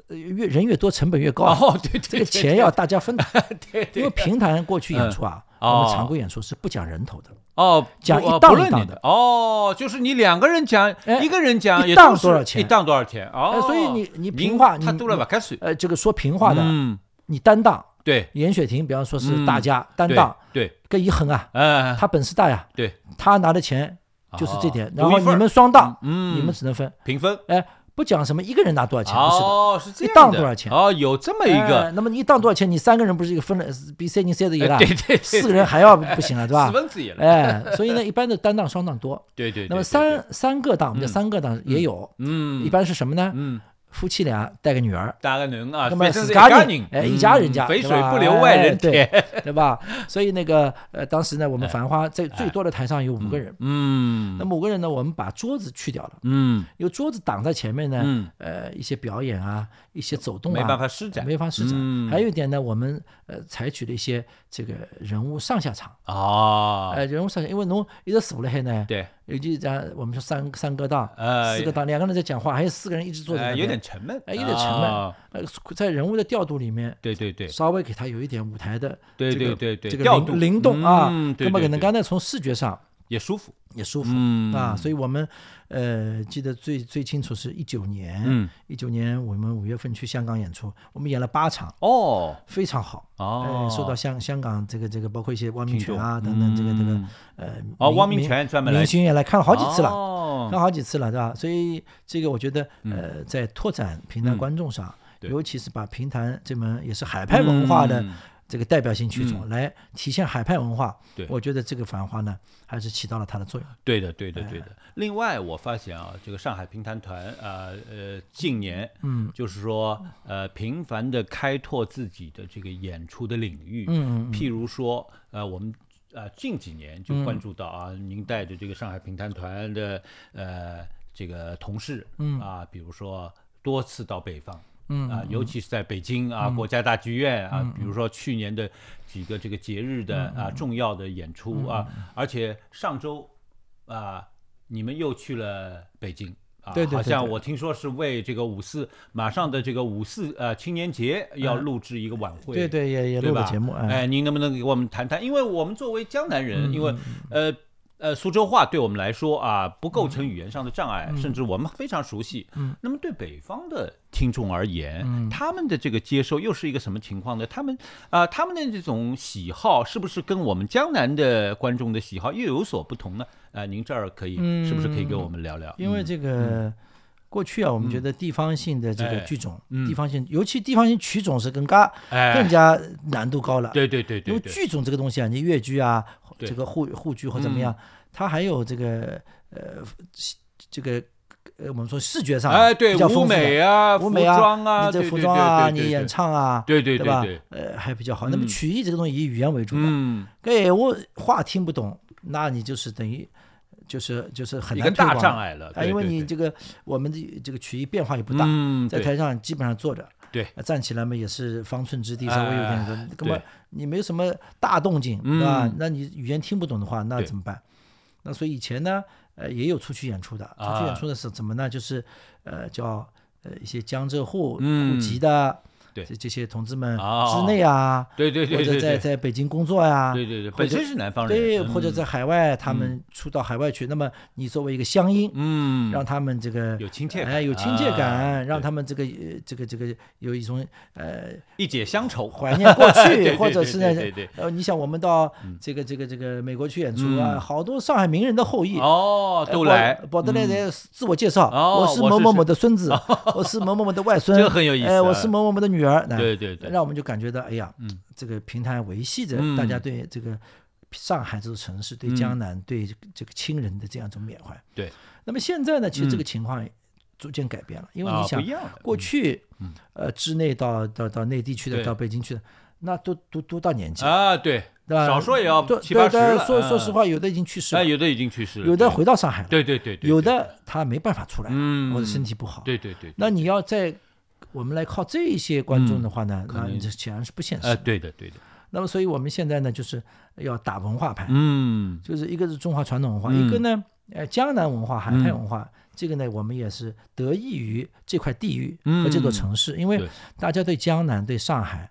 Speaker 3: 呃越人越多，成本越高啊，
Speaker 2: 哦，对对，
Speaker 3: 这
Speaker 2: 对
Speaker 3: 个钱要大家分的。
Speaker 2: 对
Speaker 3: 因
Speaker 2: 对，
Speaker 3: 为平潭过去演出啊，
Speaker 2: 嗯
Speaker 3: 我们
Speaker 2: 哦
Speaker 3: 常规演出是不讲人头的，
Speaker 2: 哦，
Speaker 3: 讲
Speaker 2: 不
Speaker 3: 一
Speaker 2: 呃
Speaker 3: 档
Speaker 2: 不
Speaker 3: 一
Speaker 2: 论
Speaker 3: 档
Speaker 2: 你
Speaker 3: 的
Speaker 2: 哦，就是你两个人讲，
Speaker 3: 哎
Speaker 2: 一个人讲
Speaker 3: 一
Speaker 2: 也
Speaker 3: 档
Speaker 2: 都是
Speaker 3: 多少钱
Speaker 2: 一档多少钱？哦
Speaker 3: 哎，所以你你
Speaker 2: 人
Speaker 3: 平话
Speaker 2: 他
Speaker 3: 你
Speaker 2: 多了不敢算，
Speaker 3: 呃，这个说平话的，
Speaker 2: 嗯，
Speaker 3: 你担当
Speaker 2: 对，
Speaker 3: 严雪婷，比方说
Speaker 2: 嗯
Speaker 3: 是大家担
Speaker 2: 对
Speaker 3: 当，
Speaker 2: 对，
Speaker 3: 跟一恒啊，
Speaker 2: 呃，
Speaker 3: 他本事大呀，
Speaker 2: 对，
Speaker 3: 他拿的钱就是这
Speaker 2: 哦
Speaker 3: 点，
Speaker 2: 独
Speaker 3: 然
Speaker 2: 一
Speaker 3: 后
Speaker 2: 份
Speaker 3: 你
Speaker 2: 儿
Speaker 3: 们双档，
Speaker 2: 嗯
Speaker 3: 你们只能分，
Speaker 2: 评分。
Speaker 3: 哎，不讲什么一个人拿多少钱，不是的。
Speaker 2: 哦，是这
Speaker 3: 一
Speaker 2: 样
Speaker 3: 档
Speaker 2: 的
Speaker 3: 多少钱
Speaker 2: 哦，有这么一
Speaker 3: 哎
Speaker 2: 个，
Speaker 3: 那么你一档多少钱？你三个人不是一个分了，比三人三的也大，
Speaker 2: 哎对对对对
Speaker 3: 四个人还要 不行了，啊对
Speaker 2: 四
Speaker 3: 吧？
Speaker 2: 分之一了。
Speaker 3: 哎，所以呢，一般的单档、双档多。
Speaker 2: 对对，对
Speaker 3: 那
Speaker 2: 对
Speaker 3: 么，
Speaker 2: 对
Speaker 3: 三三个档，我们叫三个档也有，
Speaker 2: 嗯，
Speaker 3: 一般是什么呢？
Speaker 2: 嗯，
Speaker 3: 夫妻俩带个女儿，
Speaker 2: 大概能啊，
Speaker 3: 那
Speaker 2: 反
Speaker 3: 么
Speaker 2: 正
Speaker 3: 自
Speaker 2: 是一
Speaker 3: 家
Speaker 2: 家
Speaker 3: 人
Speaker 2: 人，，
Speaker 3: 哎，
Speaker 2: 嗯
Speaker 3: 一家人家，
Speaker 2: 肥
Speaker 3: 对
Speaker 2: 水
Speaker 3: 吧
Speaker 2: 不流外
Speaker 3: 哎
Speaker 2: 人
Speaker 3: 对
Speaker 2: 田。哎
Speaker 3: 对吧？所以那个呃，当时呢，我们《繁花》在最多的台上有五个人，
Speaker 2: 嗯
Speaker 3: 那么五个人呢，我们把桌子去掉了，
Speaker 2: 嗯，
Speaker 3: 有桌子挡在前面呢，
Speaker 2: 嗯
Speaker 3: 呃，一些表演啊，一些走动啊，
Speaker 2: 没办法施展，
Speaker 3: 没法施展。
Speaker 2: 嗯
Speaker 3: 还有一点呢，我们呃采取了一些这个人物上下场，
Speaker 2: 哦，
Speaker 3: 呃，人物上下，因为侬一直坐了海呢，
Speaker 2: 对，
Speaker 3: 尤其讲我们说三三个档，
Speaker 2: 呃
Speaker 3: 四个档，两个人在讲话，还有四个人一直坐在
Speaker 2: 呃
Speaker 3: 那
Speaker 2: 有
Speaker 3: 边，
Speaker 2: 点沉闷，
Speaker 3: 哎有点沉闷
Speaker 2: 哦
Speaker 3: 呃，在人物的调度里面，
Speaker 2: 对对对，
Speaker 3: 稍微给他有一点舞台的
Speaker 2: 对
Speaker 3: 这个
Speaker 2: 对对对
Speaker 3: 这个
Speaker 2: 调度
Speaker 3: 灵灵动啊，
Speaker 2: 嗯对
Speaker 3: 那么
Speaker 2: 对
Speaker 3: 可能
Speaker 2: 对
Speaker 3: 刚才从视觉上
Speaker 2: 也舒服。
Speaker 3: 也舒服、
Speaker 2: 嗯
Speaker 3: 啊，所以我们呃记得最最清楚是一九年
Speaker 2: 嗯，
Speaker 3: 一九、年我们五月份去香港演出，我们演了八场，
Speaker 2: 哦
Speaker 3: 非常好。
Speaker 2: 哦
Speaker 3: 呃，受到香香港这个这个，包括一些汪明荃啊
Speaker 2: 听众
Speaker 3: 等等，这个这个
Speaker 2: 嗯
Speaker 3: 呃，
Speaker 2: 哦汪明
Speaker 3: 明
Speaker 2: 荃专门来哦
Speaker 3: 明星也来看了好几次了，看
Speaker 2: 了，
Speaker 3: 好几次了，对吧？所以这个我觉得，呃，在拓展平潭观众上，
Speaker 2: 嗯对
Speaker 3: 尤其是把平潭这门也是海派文化的
Speaker 2: 嗯
Speaker 3: 这个代表性曲种来体现海派文化
Speaker 2: 对，
Speaker 3: 我觉得这个《繁花》呢，还是起到了它的作用。
Speaker 2: 对的对的对的。
Speaker 3: 哎
Speaker 2: 另外，我发现啊，这个上海评弹团啊呃近年
Speaker 3: 嗯
Speaker 2: 就是说呃频繁的开拓自己的这个演出的领域，
Speaker 3: 嗯嗯嗯嗯
Speaker 2: 譬如说呃我们。呃，近几年就关注到啊，您带着这个上海评弹团的呃这个同事，
Speaker 3: 嗯
Speaker 2: 啊，比如说多次到北方，
Speaker 3: 嗯
Speaker 2: 啊，尤其是在北京啊，国家大剧院啊，比如说去年的几个这个节日的
Speaker 3: 嗯
Speaker 2: 啊重要的演出啊，而且上周啊，你们又去了北京。啊
Speaker 3: 对，对
Speaker 2: 好
Speaker 3: 对
Speaker 2: 像
Speaker 3: 对
Speaker 2: 我听说是为这个五四马上的这个五四呃青年节要录制一个晚会，
Speaker 3: 嗯对对，也也
Speaker 2: 对
Speaker 3: 录
Speaker 2: 吧？
Speaker 3: 过节目，哎，嗯
Speaker 2: 哎，您能不能给我们谈谈？因为我们作为江南人，因为呃呃，苏州话对我们来说啊，不构成语言上的障碍，甚至我们非常熟悉。
Speaker 3: 嗯
Speaker 2: 那么对北方的听众而言，
Speaker 3: 嗯
Speaker 2: 他们的这个接受又是一个什么情况呢？他们啊、呃他们的这种喜好是不是跟我们江南的观众的喜好又有所不同呢？呃，您这儿可以、
Speaker 3: 嗯
Speaker 2: 是不是可以给我们聊聊？
Speaker 3: 因为这个。过去啊，我们觉得地方性的这个
Speaker 2: 嗯哎
Speaker 3: 剧种，
Speaker 2: 嗯
Speaker 3: 地方性，尤其地方性曲种是更加
Speaker 2: 哎
Speaker 3: 更加难度高了。
Speaker 2: 对对对
Speaker 3: 因
Speaker 2: 对
Speaker 3: 为
Speaker 2: 对，
Speaker 3: 剧种这个东西啊，你越剧啊，
Speaker 2: 对嗯
Speaker 3: 这个沪沪剧或怎么样，它还有这个呃西这个呃我们说视觉上啊
Speaker 2: 哎，对
Speaker 3: 比较，
Speaker 2: 舞
Speaker 3: 丰富
Speaker 2: 美
Speaker 3: 的。
Speaker 2: 啊，
Speaker 3: 舞
Speaker 2: 服
Speaker 3: 美啊，
Speaker 2: 装啊，
Speaker 3: 你这
Speaker 2: 对
Speaker 3: 服
Speaker 2: 对
Speaker 3: 装
Speaker 2: 对
Speaker 3: 啊，
Speaker 2: 对
Speaker 3: 你
Speaker 2: 对
Speaker 3: 演唱啊，
Speaker 2: 对对对
Speaker 3: 吧
Speaker 2: 对？
Speaker 3: 呃，还比较好。那么
Speaker 2: 嗯
Speaker 3: 曲艺这个东西以语言为主的，
Speaker 2: 嗯，
Speaker 3: 哎，我话听不懂，那你就是等于就是就是很
Speaker 2: 一
Speaker 3: 难
Speaker 2: 个
Speaker 3: 推
Speaker 2: 大
Speaker 3: 广
Speaker 2: 障碍了，
Speaker 3: 啊，因为你
Speaker 2: 这
Speaker 3: 这个我们的这个曲艺变化也不大，
Speaker 2: 嗯，
Speaker 3: 在
Speaker 2: 对
Speaker 3: 台上基本上坐着，
Speaker 2: 对
Speaker 3: 呃站起来嘛也是方寸之地，稍微有点
Speaker 2: 哎
Speaker 3: 个，那
Speaker 2: 对嗯
Speaker 3: 么你没有什么大动静，对吧？那你语言听不懂的话，那
Speaker 2: 对
Speaker 3: 怎么办？那所以以前呢，呃，也有出去演出的，
Speaker 2: 啊
Speaker 3: 出去演出的是怎么呢？就是呃，叫呃一些江浙沪
Speaker 2: 嗯
Speaker 3: 户籍的。
Speaker 2: 对
Speaker 3: 这这些同志们
Speaker 2: 哦
Speaker 3: 之内啊，
Speaker 2: 对对对
Speaker 3: 或者
Speaker 2: 对
Speaker 3: 在啊
Speaker 2: 对
Speaker 3: 在北京工作呀、
Speaker 2: 对对对，
Speaker 3: 或
Speaker 2: 本
Speaker 3: 者
Speaker 2: 身是南方人，
Speaker 3: 对，
Speaker 2: 嗯
Speaker 3: 或者在海外，他们出到海外去，那么你作为一个乡音，
Speaker 2: 嗯，
Speaker 3: 让他们这个
Speaker 2: 有亲切感
Speaker 3: 哎，有亲切
Speaker 2: 啊
Speaker 3: 感，让
Speaker 2: 对
Speaker 3: 他们这个呃这个这个有一种呃
Speaker 2: 一解乡愁，
Speaker 3: 怀 念过
Speaker 2: 对
Speaker 3: 去，
Speaker 2: 对
Speaker 3: 或者
Speaker 2: 对
Speaker 3: 是
Speaker 2: 对
Speaker 3: 呢
Speaker 2: 对对，
Speaker 3: 呃，你想我们到这个这个这个美国去演出啊，
Speaker 2: 嗯
Speaker 3: 好多上海名人的后裔。哎呃
Speaker 2: 哦，都来，
Speaker 3: 保德莱
Speaker 2: 嗯
Speaker 3: 的自我介绍，
Speaker 2: 哦
Speaker 3: 我是
Speaker 2: 我
Speaker 3: 某
Speaker 2: 是
Speaker 3: 某
Speaker 2: 谁
Speaker 3: 某的孙子，我是某某某 的外孙，
Speaker 2: 这个很有意
Speaker 3: 哎，
Speaker 2: 思啊
Speaker 3: 我是某某某的女儿，哎
Speaker 2: 对对对
Speaker 3: 让我们就感觉到，哎呀，这个平台维系着
Speaker 2: 嗯
Speaker 3: 大家对这个上海这座城市、对江南、对这个亲人的这样一种缅怀。
Speaker 2: 对，
Speaker 3: 那么现在呢，其实这
Speaker 2: 嗯
Speaker 3: 个情况逐渐改变了，因为
Speaker 2: 啊
Speaker 3: 你想
Speaker 2: 不一样了，
Speaker 3: 过去
Speaker 2: 嗯，
Speaker 3: 呃，之内到到到内地去的，
Speaker 2: 对
Speaker 3: 到北京去的，那都都多大年纪了，
Speaker 2: 啊，对，
Speaker 3: 对吧？
Speaker 2: 少说也要
Speaker 3: 对
Speaker 2: 七八
Speaker 3: 对
Speaker 2: 十
Speaker 3: 对
Speaker 2: 了，
Speaker 3: 说
Speaker 2: 嗯
Speaker 3: 说实，话，有的已经去世
Speaker 2: 啊，
Speaker 3: 了，
Speaker 2: 有的已经去世了，
Speaker 3: 有的
Speaker 2: 对
Speaker 3: 回到上海了，
Speaker 2: 对对对对，
Speaker 3: 有
Speaker 2: 对，
Speaker 3: 的他没办法出来，
Speaker 2: 嗯
Speaker 3: 或者身体不好。
Speaker 2: 对对对，
Speaker 3: 那你要在我们来靠这些观众的话呢，
Speaker 2: 可
Speaker 3: 那
Speaker 2: 能
Speaker 3: 你这显然是不现实
Speaker 2: 呃，
Speaker 3: 的。
Speaker 2: 对的对的，
Speaker 3: 那么，所以我们现在呢，就是要打文化牌，
Speaker 2: 嗯，
Speaker 3: 就是一个是中华传统文化，
Speaker 2: 嗯
Speaker 3: 一个呢，呃，江南文化、海派文化。这个呢，我们也是得益于这块地域和这座城市，因为
Speaker 2: 嗯对
Speaker 3: 大家对江南、对上海，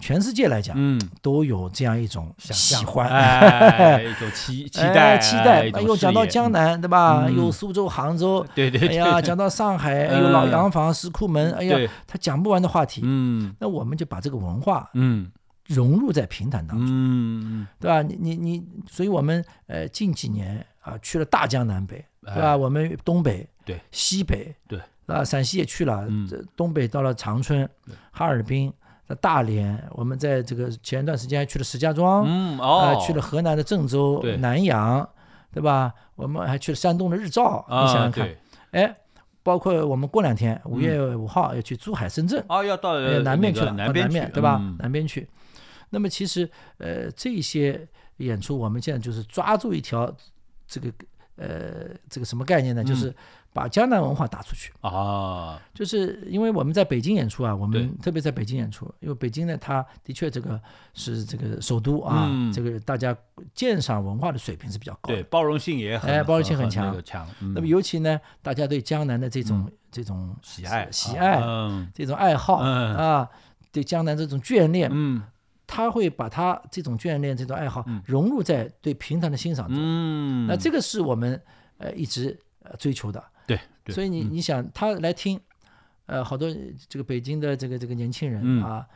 Speaker 3: 全世界来讲、
Speaker 2: 嗯，
Speaker 3: 都有这样一种
Speaker 2: 想
Speaker 3: 喜
Speaker 2: 象
Speaker 3: 欢。
Speaker 2: 哎，一种期期待，啊
Speaker 3: 哎期待
Speaker 2: 一。种
Speaker 3: 哎呦，
Speaker 2: 视
Speaker 3: 讲到
Speaker 2: 野
Speaker 3: 江，南，对吧？
Speaker 2: 嗯
Speaker 3: 有苏州、杭州，
Speaker 2: 对对
Speaker 3: 哎
Speaker 2: 对
Speaker 3: 呀，
Speaker 2: 对
Speaker 3: 讲到上海，有老
Speaker 2: 嗯
Speaker 3: 洋房、石库门，哎
Speaker 2: 对
Speaker 3: 呀，他讲不完的话题。
Speaker 2: 嗯
Speaker 3: 那我们就把这个文化
Speaker 2: 嗯
Speaker 3: 融入在评弹当中，
Speaker 2: 嗯，
Speaker 3: 对吧？你你你，所以我们呃近几年啊去了大江南北，对
Speaker 2: 哎
Speaker 3: 吧？我们东北、
Speaker 2: 对
Speaker 3: 西北，
Speaker 2: 对
Speaker 3: 啊，陕西也去了
Speaker 2: 嗯，
Speaker 3: 这东北到了长春、哈尔滨、大连，我们在这个前一段时间还去了石家庄，
Speaker 2: 嗯
Speaker 3: 啊，
Speaker 2: 哦，
Speaker 3: 去了河南的郑州
Speaker 2: 对、
Speaker 3: 南阳，对吧？我们还去了山东的日照，
Speaker 2: 啊，
Speaker 3: 你想想看，
Speaker 2: 对，嗯
Speaker 3: 哎，包括我们过两天五月五号要去珠海、深圳，
Speaker 2: 哦，要到
Speaker 3: 呃，南面
Speaker 2: 面
Speaker 3: 去了，
Speaker 2: 南
Speaker 3: 到
Speaker 2: 边
Speaker 3: 南
Speaker 2: 去
Speaker 3: 面，对吧？
Speaker 2: 嗯
Speaker 3: 南边去。那么其实，呃，这些演出我们现在就是抓住一条这个呃这个什么概念呢？
Speaker 2: 嗯
Speaker 3: 就是把江南文化打出去。
Speaker 2: 啊，
Speaker 3: 就是因为我们在北京演出啊，我们
Speaker 2: 对
Speaker 3: 特别在北京演出，因为北京呢，它的确这个是这个首都啊，
Speaker 2: 嗯
Speaker 3: 这个大家鉴赏文化的水平是比较高
Speaker 2: 对，
Speaker 3: 的。
Speaker 2: 包容性也很，
Speaker 3: 哦哎包容性很
Speaker 2: 那
Speaker 3: 强
Speaker 2: 个强。
Speaker 3: 那么
Speaker 2: 嗯
Speaker 3: 尤其呢，大家对江南的这种、这种
Speaker 2: 喜爱
Speaker 3: 喜
Speaker 2: 啊
Speaker 3: 爱
Speaker 2: 嗯
Speaker 3: 这种爱好、
Speaker 2: 嗯
Speaker 3: 啊，对江南这种眷恋，
Speaker 2: 嗯
Speaker 3: 他会把他这种眷恋、这种爱好
Speaker 2: 嗯
Speaker 3: 融入在对平常的欣赏中。
Speaker 2: 嗯，
Speaker 3: 那这个是我们呃一直呃追求的。
Speaker 2: 对对，嗯
Speaker 3: 所以你、你想他来听，呃，好多呃这个北京的这个这个年轻
Speaker 2: 嗯
Speaker 3: 人啊，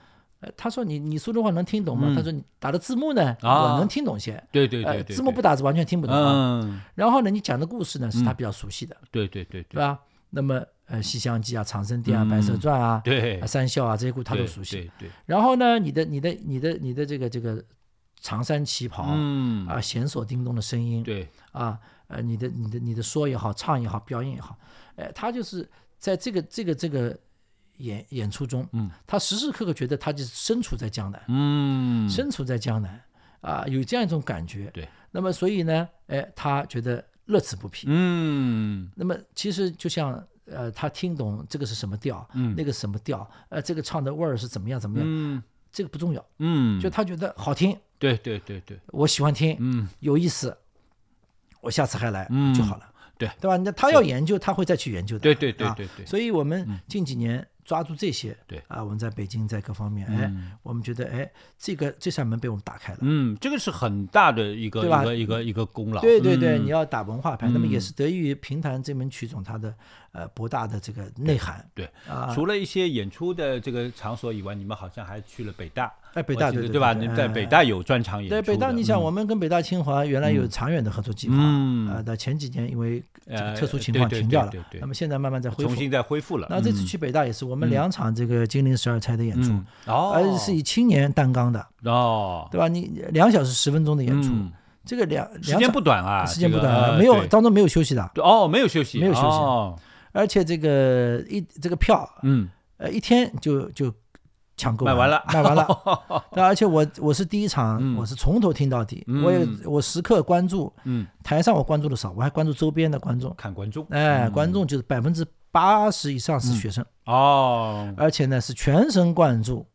Speaker 3: 呃，他说你你苏州话能听懂吗？
Speaker 2: 嗯
Speaker 3: 他说你打的字幕呢，
Speaker 2: 啊
Speaker 3: 我能听懂些，
Speaker 2: 对对对
Speaker 3: 呃，
Speaker 2: 对，
Speaker 3: 字幕不
Speaker 2: 打，
Speaker 3: 打是完全听不懂啊。
Speaker 2: 嗯，
Speaker 3: 然后呢，你讲的故事呢是他
Speaker 2: 嗯
Speaker 3: 比较熟悉的，
Speaker 2: 对对对
Speaker 3: 对
Speaker 2: 对
Speaker 3: 吧？那么呃，《西厢记》啊，《长生殿》啊，
Speaker 2: 嗯
Speaker 3: 白蛇传》啊，
Speaker 2: 对
Speaker 3: 啊，三笑啊这些故事他都
Speaker 2: 对
Speaker 3: 熟悉。
Speaker 2: 对对，
Speaker 3: 然后呢，你的你的你的你的这个这个长衫旗袍、
Speaker 2: 嗯
Speaker 3: 啊，弦索叮咚的声音，
Speaker 2: 对，
Speaker 3: 啊，呃，你的你的你的说也好，唱也好，表演也好，哎，他就是在这个这个这个演演出中，
Speaker 2: 嗯，
Speaker 3: 他时时刻刻觉得他就是身处在江南，
Speaker 2: 嗯，
Speaker 3: 身处在江南啊，有这样一种感觉。
Speaker 2: 对，
Speaker 3: 那么所以呢，哎，他觉得乐此不疲。
Speaker 2: 嗯
Speaker 3: 那么其实就像呃，他听懂这个是什么调，
Speaker 2: 嗯
Speaker 3: 那个什么调，呃，这个唱的味儿是怎么样怎么样，
Speaker 2: 嗯
Speaker 3: 这个不重要，
Speaker 2: 嗯，
Speaker 3: 就他觉得好听，
Speaker 2: 对对对对，
Speaker 3: 我喜欢听，
Speaker 2: 嗯
Speaker 3: 有意思，我下次还来
Speaker 2: 嗯
Speaker 3: 就好了。
Speaker 2: 对
Speaker 3: 对吧？那他要研究，他会再去研究的。
Speaker 2: 对对对
Speaker 3: 啊
Speaker 2: 对对
Speaker 3: 所以我们近几年抓住这些，
Speaker 2: 对
Speaker 3: 啊，我们在北京在各方面，哎，我们觉得哎，这个这扇门被我们打开了。
Speaker 2: 嗯，这个是很大的一个
Speaker 3: 对
Speaker 2: 一
Speaker 3: 吧
Speaker 2: 个一个一个功劳，
Speaker 3: 对对对，
Speaker 2: 嗯
Speaker 3: 你要打文化牌，那么也是得益于评弹这门曲种它的呃博大的这个内涵。
Speaker 2: 对。
Speaker 3: 啊，
Speaker 2: 除了一些演出的这个场所以外，你们好像还去了北大，
Speaker 3: 哎北
Speaker 2: 我
Speaker 3: 大
Speaker 2: 记得
Speaker 3: 对对
Speaker 2: 对吧？
Speaker 3: 对
Speaker 2: 你
Speaker 3: 对
Speaker 2: 们在
Speaker 3: 哎
Speaker 2: 北大有专场演出
Speaker 3: 对
Speaker 2: 的，
Speaker 3: 北大，你想，我们跟北大清华原来有长远的合作计划，
Speaker 2: 嗯
Speaker 3: 啊，但前几年因为这
Speaker 2: 呃
Speaker 3: 个特殊情
Speaker 2: 对
Speaker 3: 况
Speaker 2: 对
Speaker 3: 停
Speaker 2: 对
Speaker 3: 掉了
Speaker 2: 对对，
Speaker 3: 那么现在慢慢在恢复
Speaker 2: 重。新再恢复了，
Speaker 3: 那这次
Speaker 2: 嗯
Speaker 3: 去北大也是我们两场这个金陵十二钗的演出，
Speaker 2: 嗯哦，
Speaker 3: 而呃且是以青年担纲的，
Speaker 2: 哦，
Speaker 3: 对吧？你两小时十分钟的演出，
Speaker 2: 嗯
Speaker 3: 这个两
Speaker 2: 时
Speaker 3: 两
Speaker 2: 间
Speaker 3: 场
Speaker 2: 不短啊，
Speaker 3: 时间不
Speaker 2: 这个
Speaker 3: 短，
Speaker 2: 呃
Speaker 3: 没有
Speaker 2: 对
Speaker 3: 当中没有休息的，
Speaker 2: 对哦，没有休息，
Speaker 3: 没有休息
Speaker 2: 哦
Speaker 3: 而且这个一这个票，
Speaker 2: 嗯，
Speaker 3: 呃，一天就就抢购
Speaker 2: 卖完
Speaker 3: 完
Speaker 2: 了，
Speaker 3: 卖 完了。对，而且我我是第一场，
Speaker 2: 嗯
Speaker 3: 我是从头听到底，
Speaker 2: 嗯
Speaker 3: 我也我时刻关注，
Speaker 2: 嗯，
Speaker 3: 台上我关注的少，我还关注周边的观众，
Speaker 2: 看观众，
Speaker 3: 哎，观众就是百分之八十以上是学生，
Speaker 2: 哦，
Speaker 3: 而且呢是全神贯注，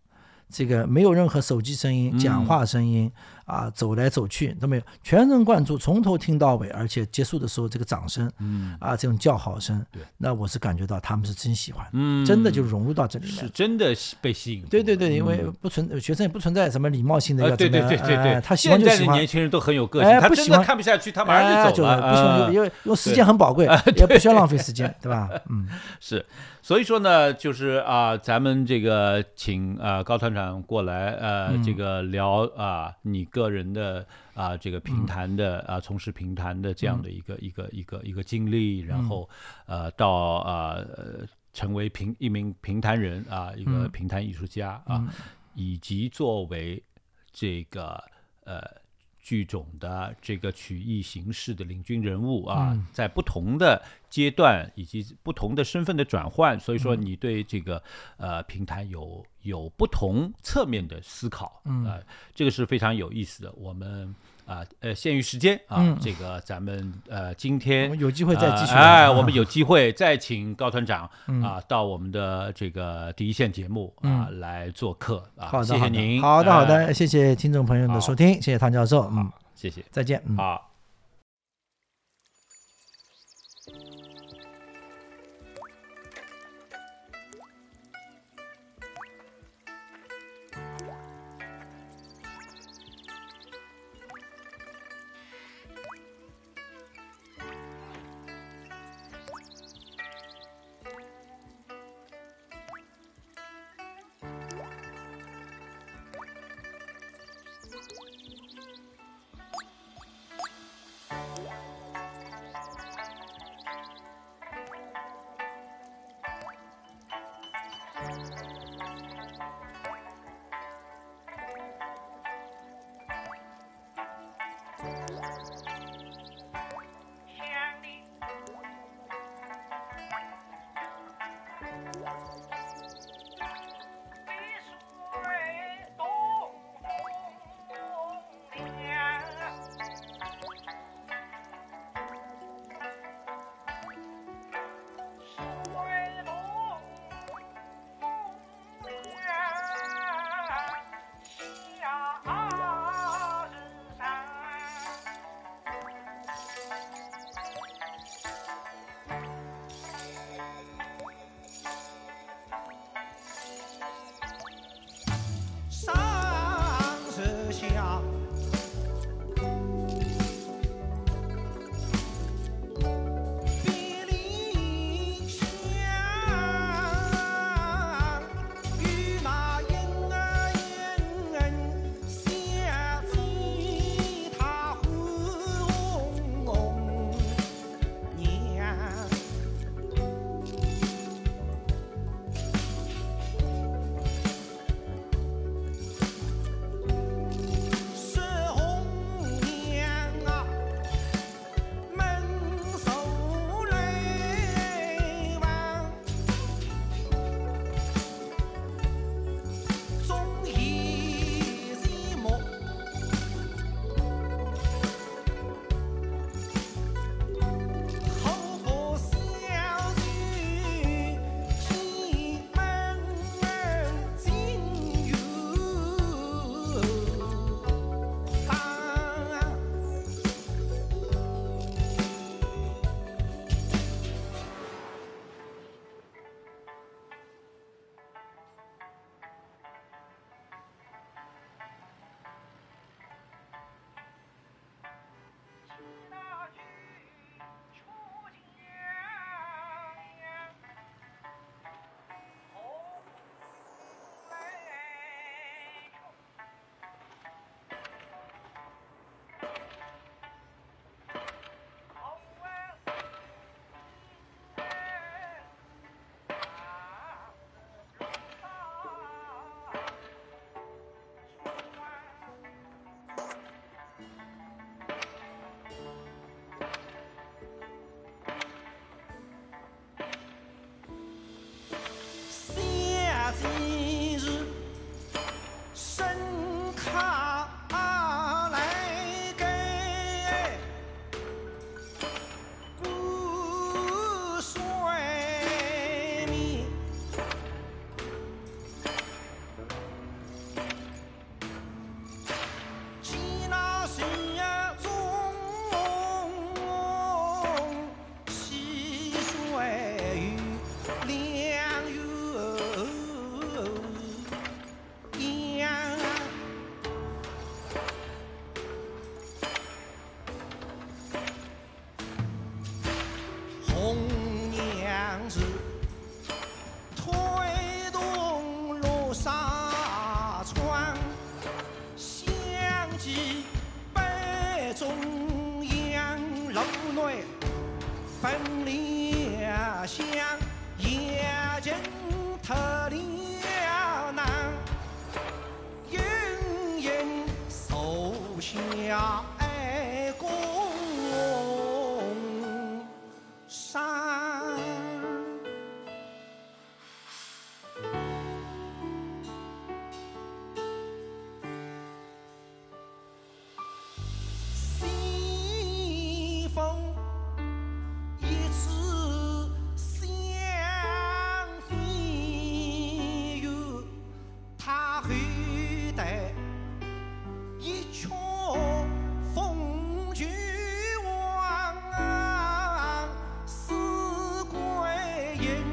Speaker 3: 这个没有任何手机声
Speaker 2: 嗯
Speaker 3: 音、讲话声音啊，走来走去都没有，全神贯注，从头听到尾，而且结束的时候这个掌声，嗯啊这种叫好声，
Speaker 2: 对，
Speaker 3: 那我是感觉到他们是真喜欢，
Speaker 2: 嗯
Speaker 3: 真的就融入到这里面
Speaker 2: 是
Speaker 3: 了。
Speaker 2: 真的吸被吸引住了。
Speaker 3: 对对对，因为不存学生也不存在什么礼貌性的
Speaker 2: 呃，
Speaker 3: 要
Speaker 2: 对
Speaker 3: 怎么
Speaker 2: 对
Speaker 3: 样，
Speaker 2: 对对
Speaker 3: 哎
Speaker 2: 对，
Speaker 3: 他喜欢
Speaker 2: 现
Speaker 3: 就
Speaker 2: 在
Speaker 3: 喜
Speaker 2: 的
Speaker 3: 欢
Speaker 2: 年，轻人都很有个性，
Speaker 3: 哎
Speaker 2: 他
Speaker 3: 不
Speaker 2: 真
Speaker 3: 喜
Speaker 2: 的
Speaker 3: 欢
Speaker 2: 看不下去，他马上
Speaker 3: 哎
Speaker 2: 就走
Speaker 3: 了，不喜欢
Speaker 2: 嗯
Speaker 3: 就
Speaker 2: 啊
Speaker 3: 因为因为时间很宝贵，也不需要浪费时间，对吧？嗯，
Speaker 2: 是，所以说呢，就是啊、咱们这个请啊高团长过来，呃，这个聊啊、你个人的啊、这个评弹的啊、从事评弹的这样的一个、一个一个一个经历，然后呃到啊呃成为评一名评弹人啊、一个评弹艺术家啊、以及作为这个呃剧种的这个曲艺形式的领军人物啊，
Speaker 3: 嗯
Speaker 2: 在不同的阶段以及不同的身份的转换，所以说
Speaker 3: 嗯
Speaker 2: 你对这个呃平台有有不同侧面的思考，嗯、呃，这个是非常有意思的。我们。啊，呃，限于时间啊，这个咱们呃，今天
Speaker 3: 嗯我们有机会再继续
Speaker 2: 呃哎，
Speaker 3: 聊
Speaker 2: 我们有机会再请高团长
Speaker 3: 嗯
Speaker 2: 啊到我们的这个第一线节目啊来做客啊，
Speaker 3: 好的，
Speaker 2: 谢
Speaker 3: 好
Speaker 2: 谢
Speaker 3: 的
Speaker 2: 您，
Speaker 3: 好的，好
Speaker 2: 哎，
Speaker 3: 的，谢谢听众朋友的收听，谢谢唐教授，嗯，
Speaker 2: 谢谢，
Speaker 3: 再见，嗯。
Speaker 2: 好。
Speaker 1: 了香，也浸透了囊，隐隐愁下爱共伤。西风一次相飞远，他后代一曲风就亡，死归阴。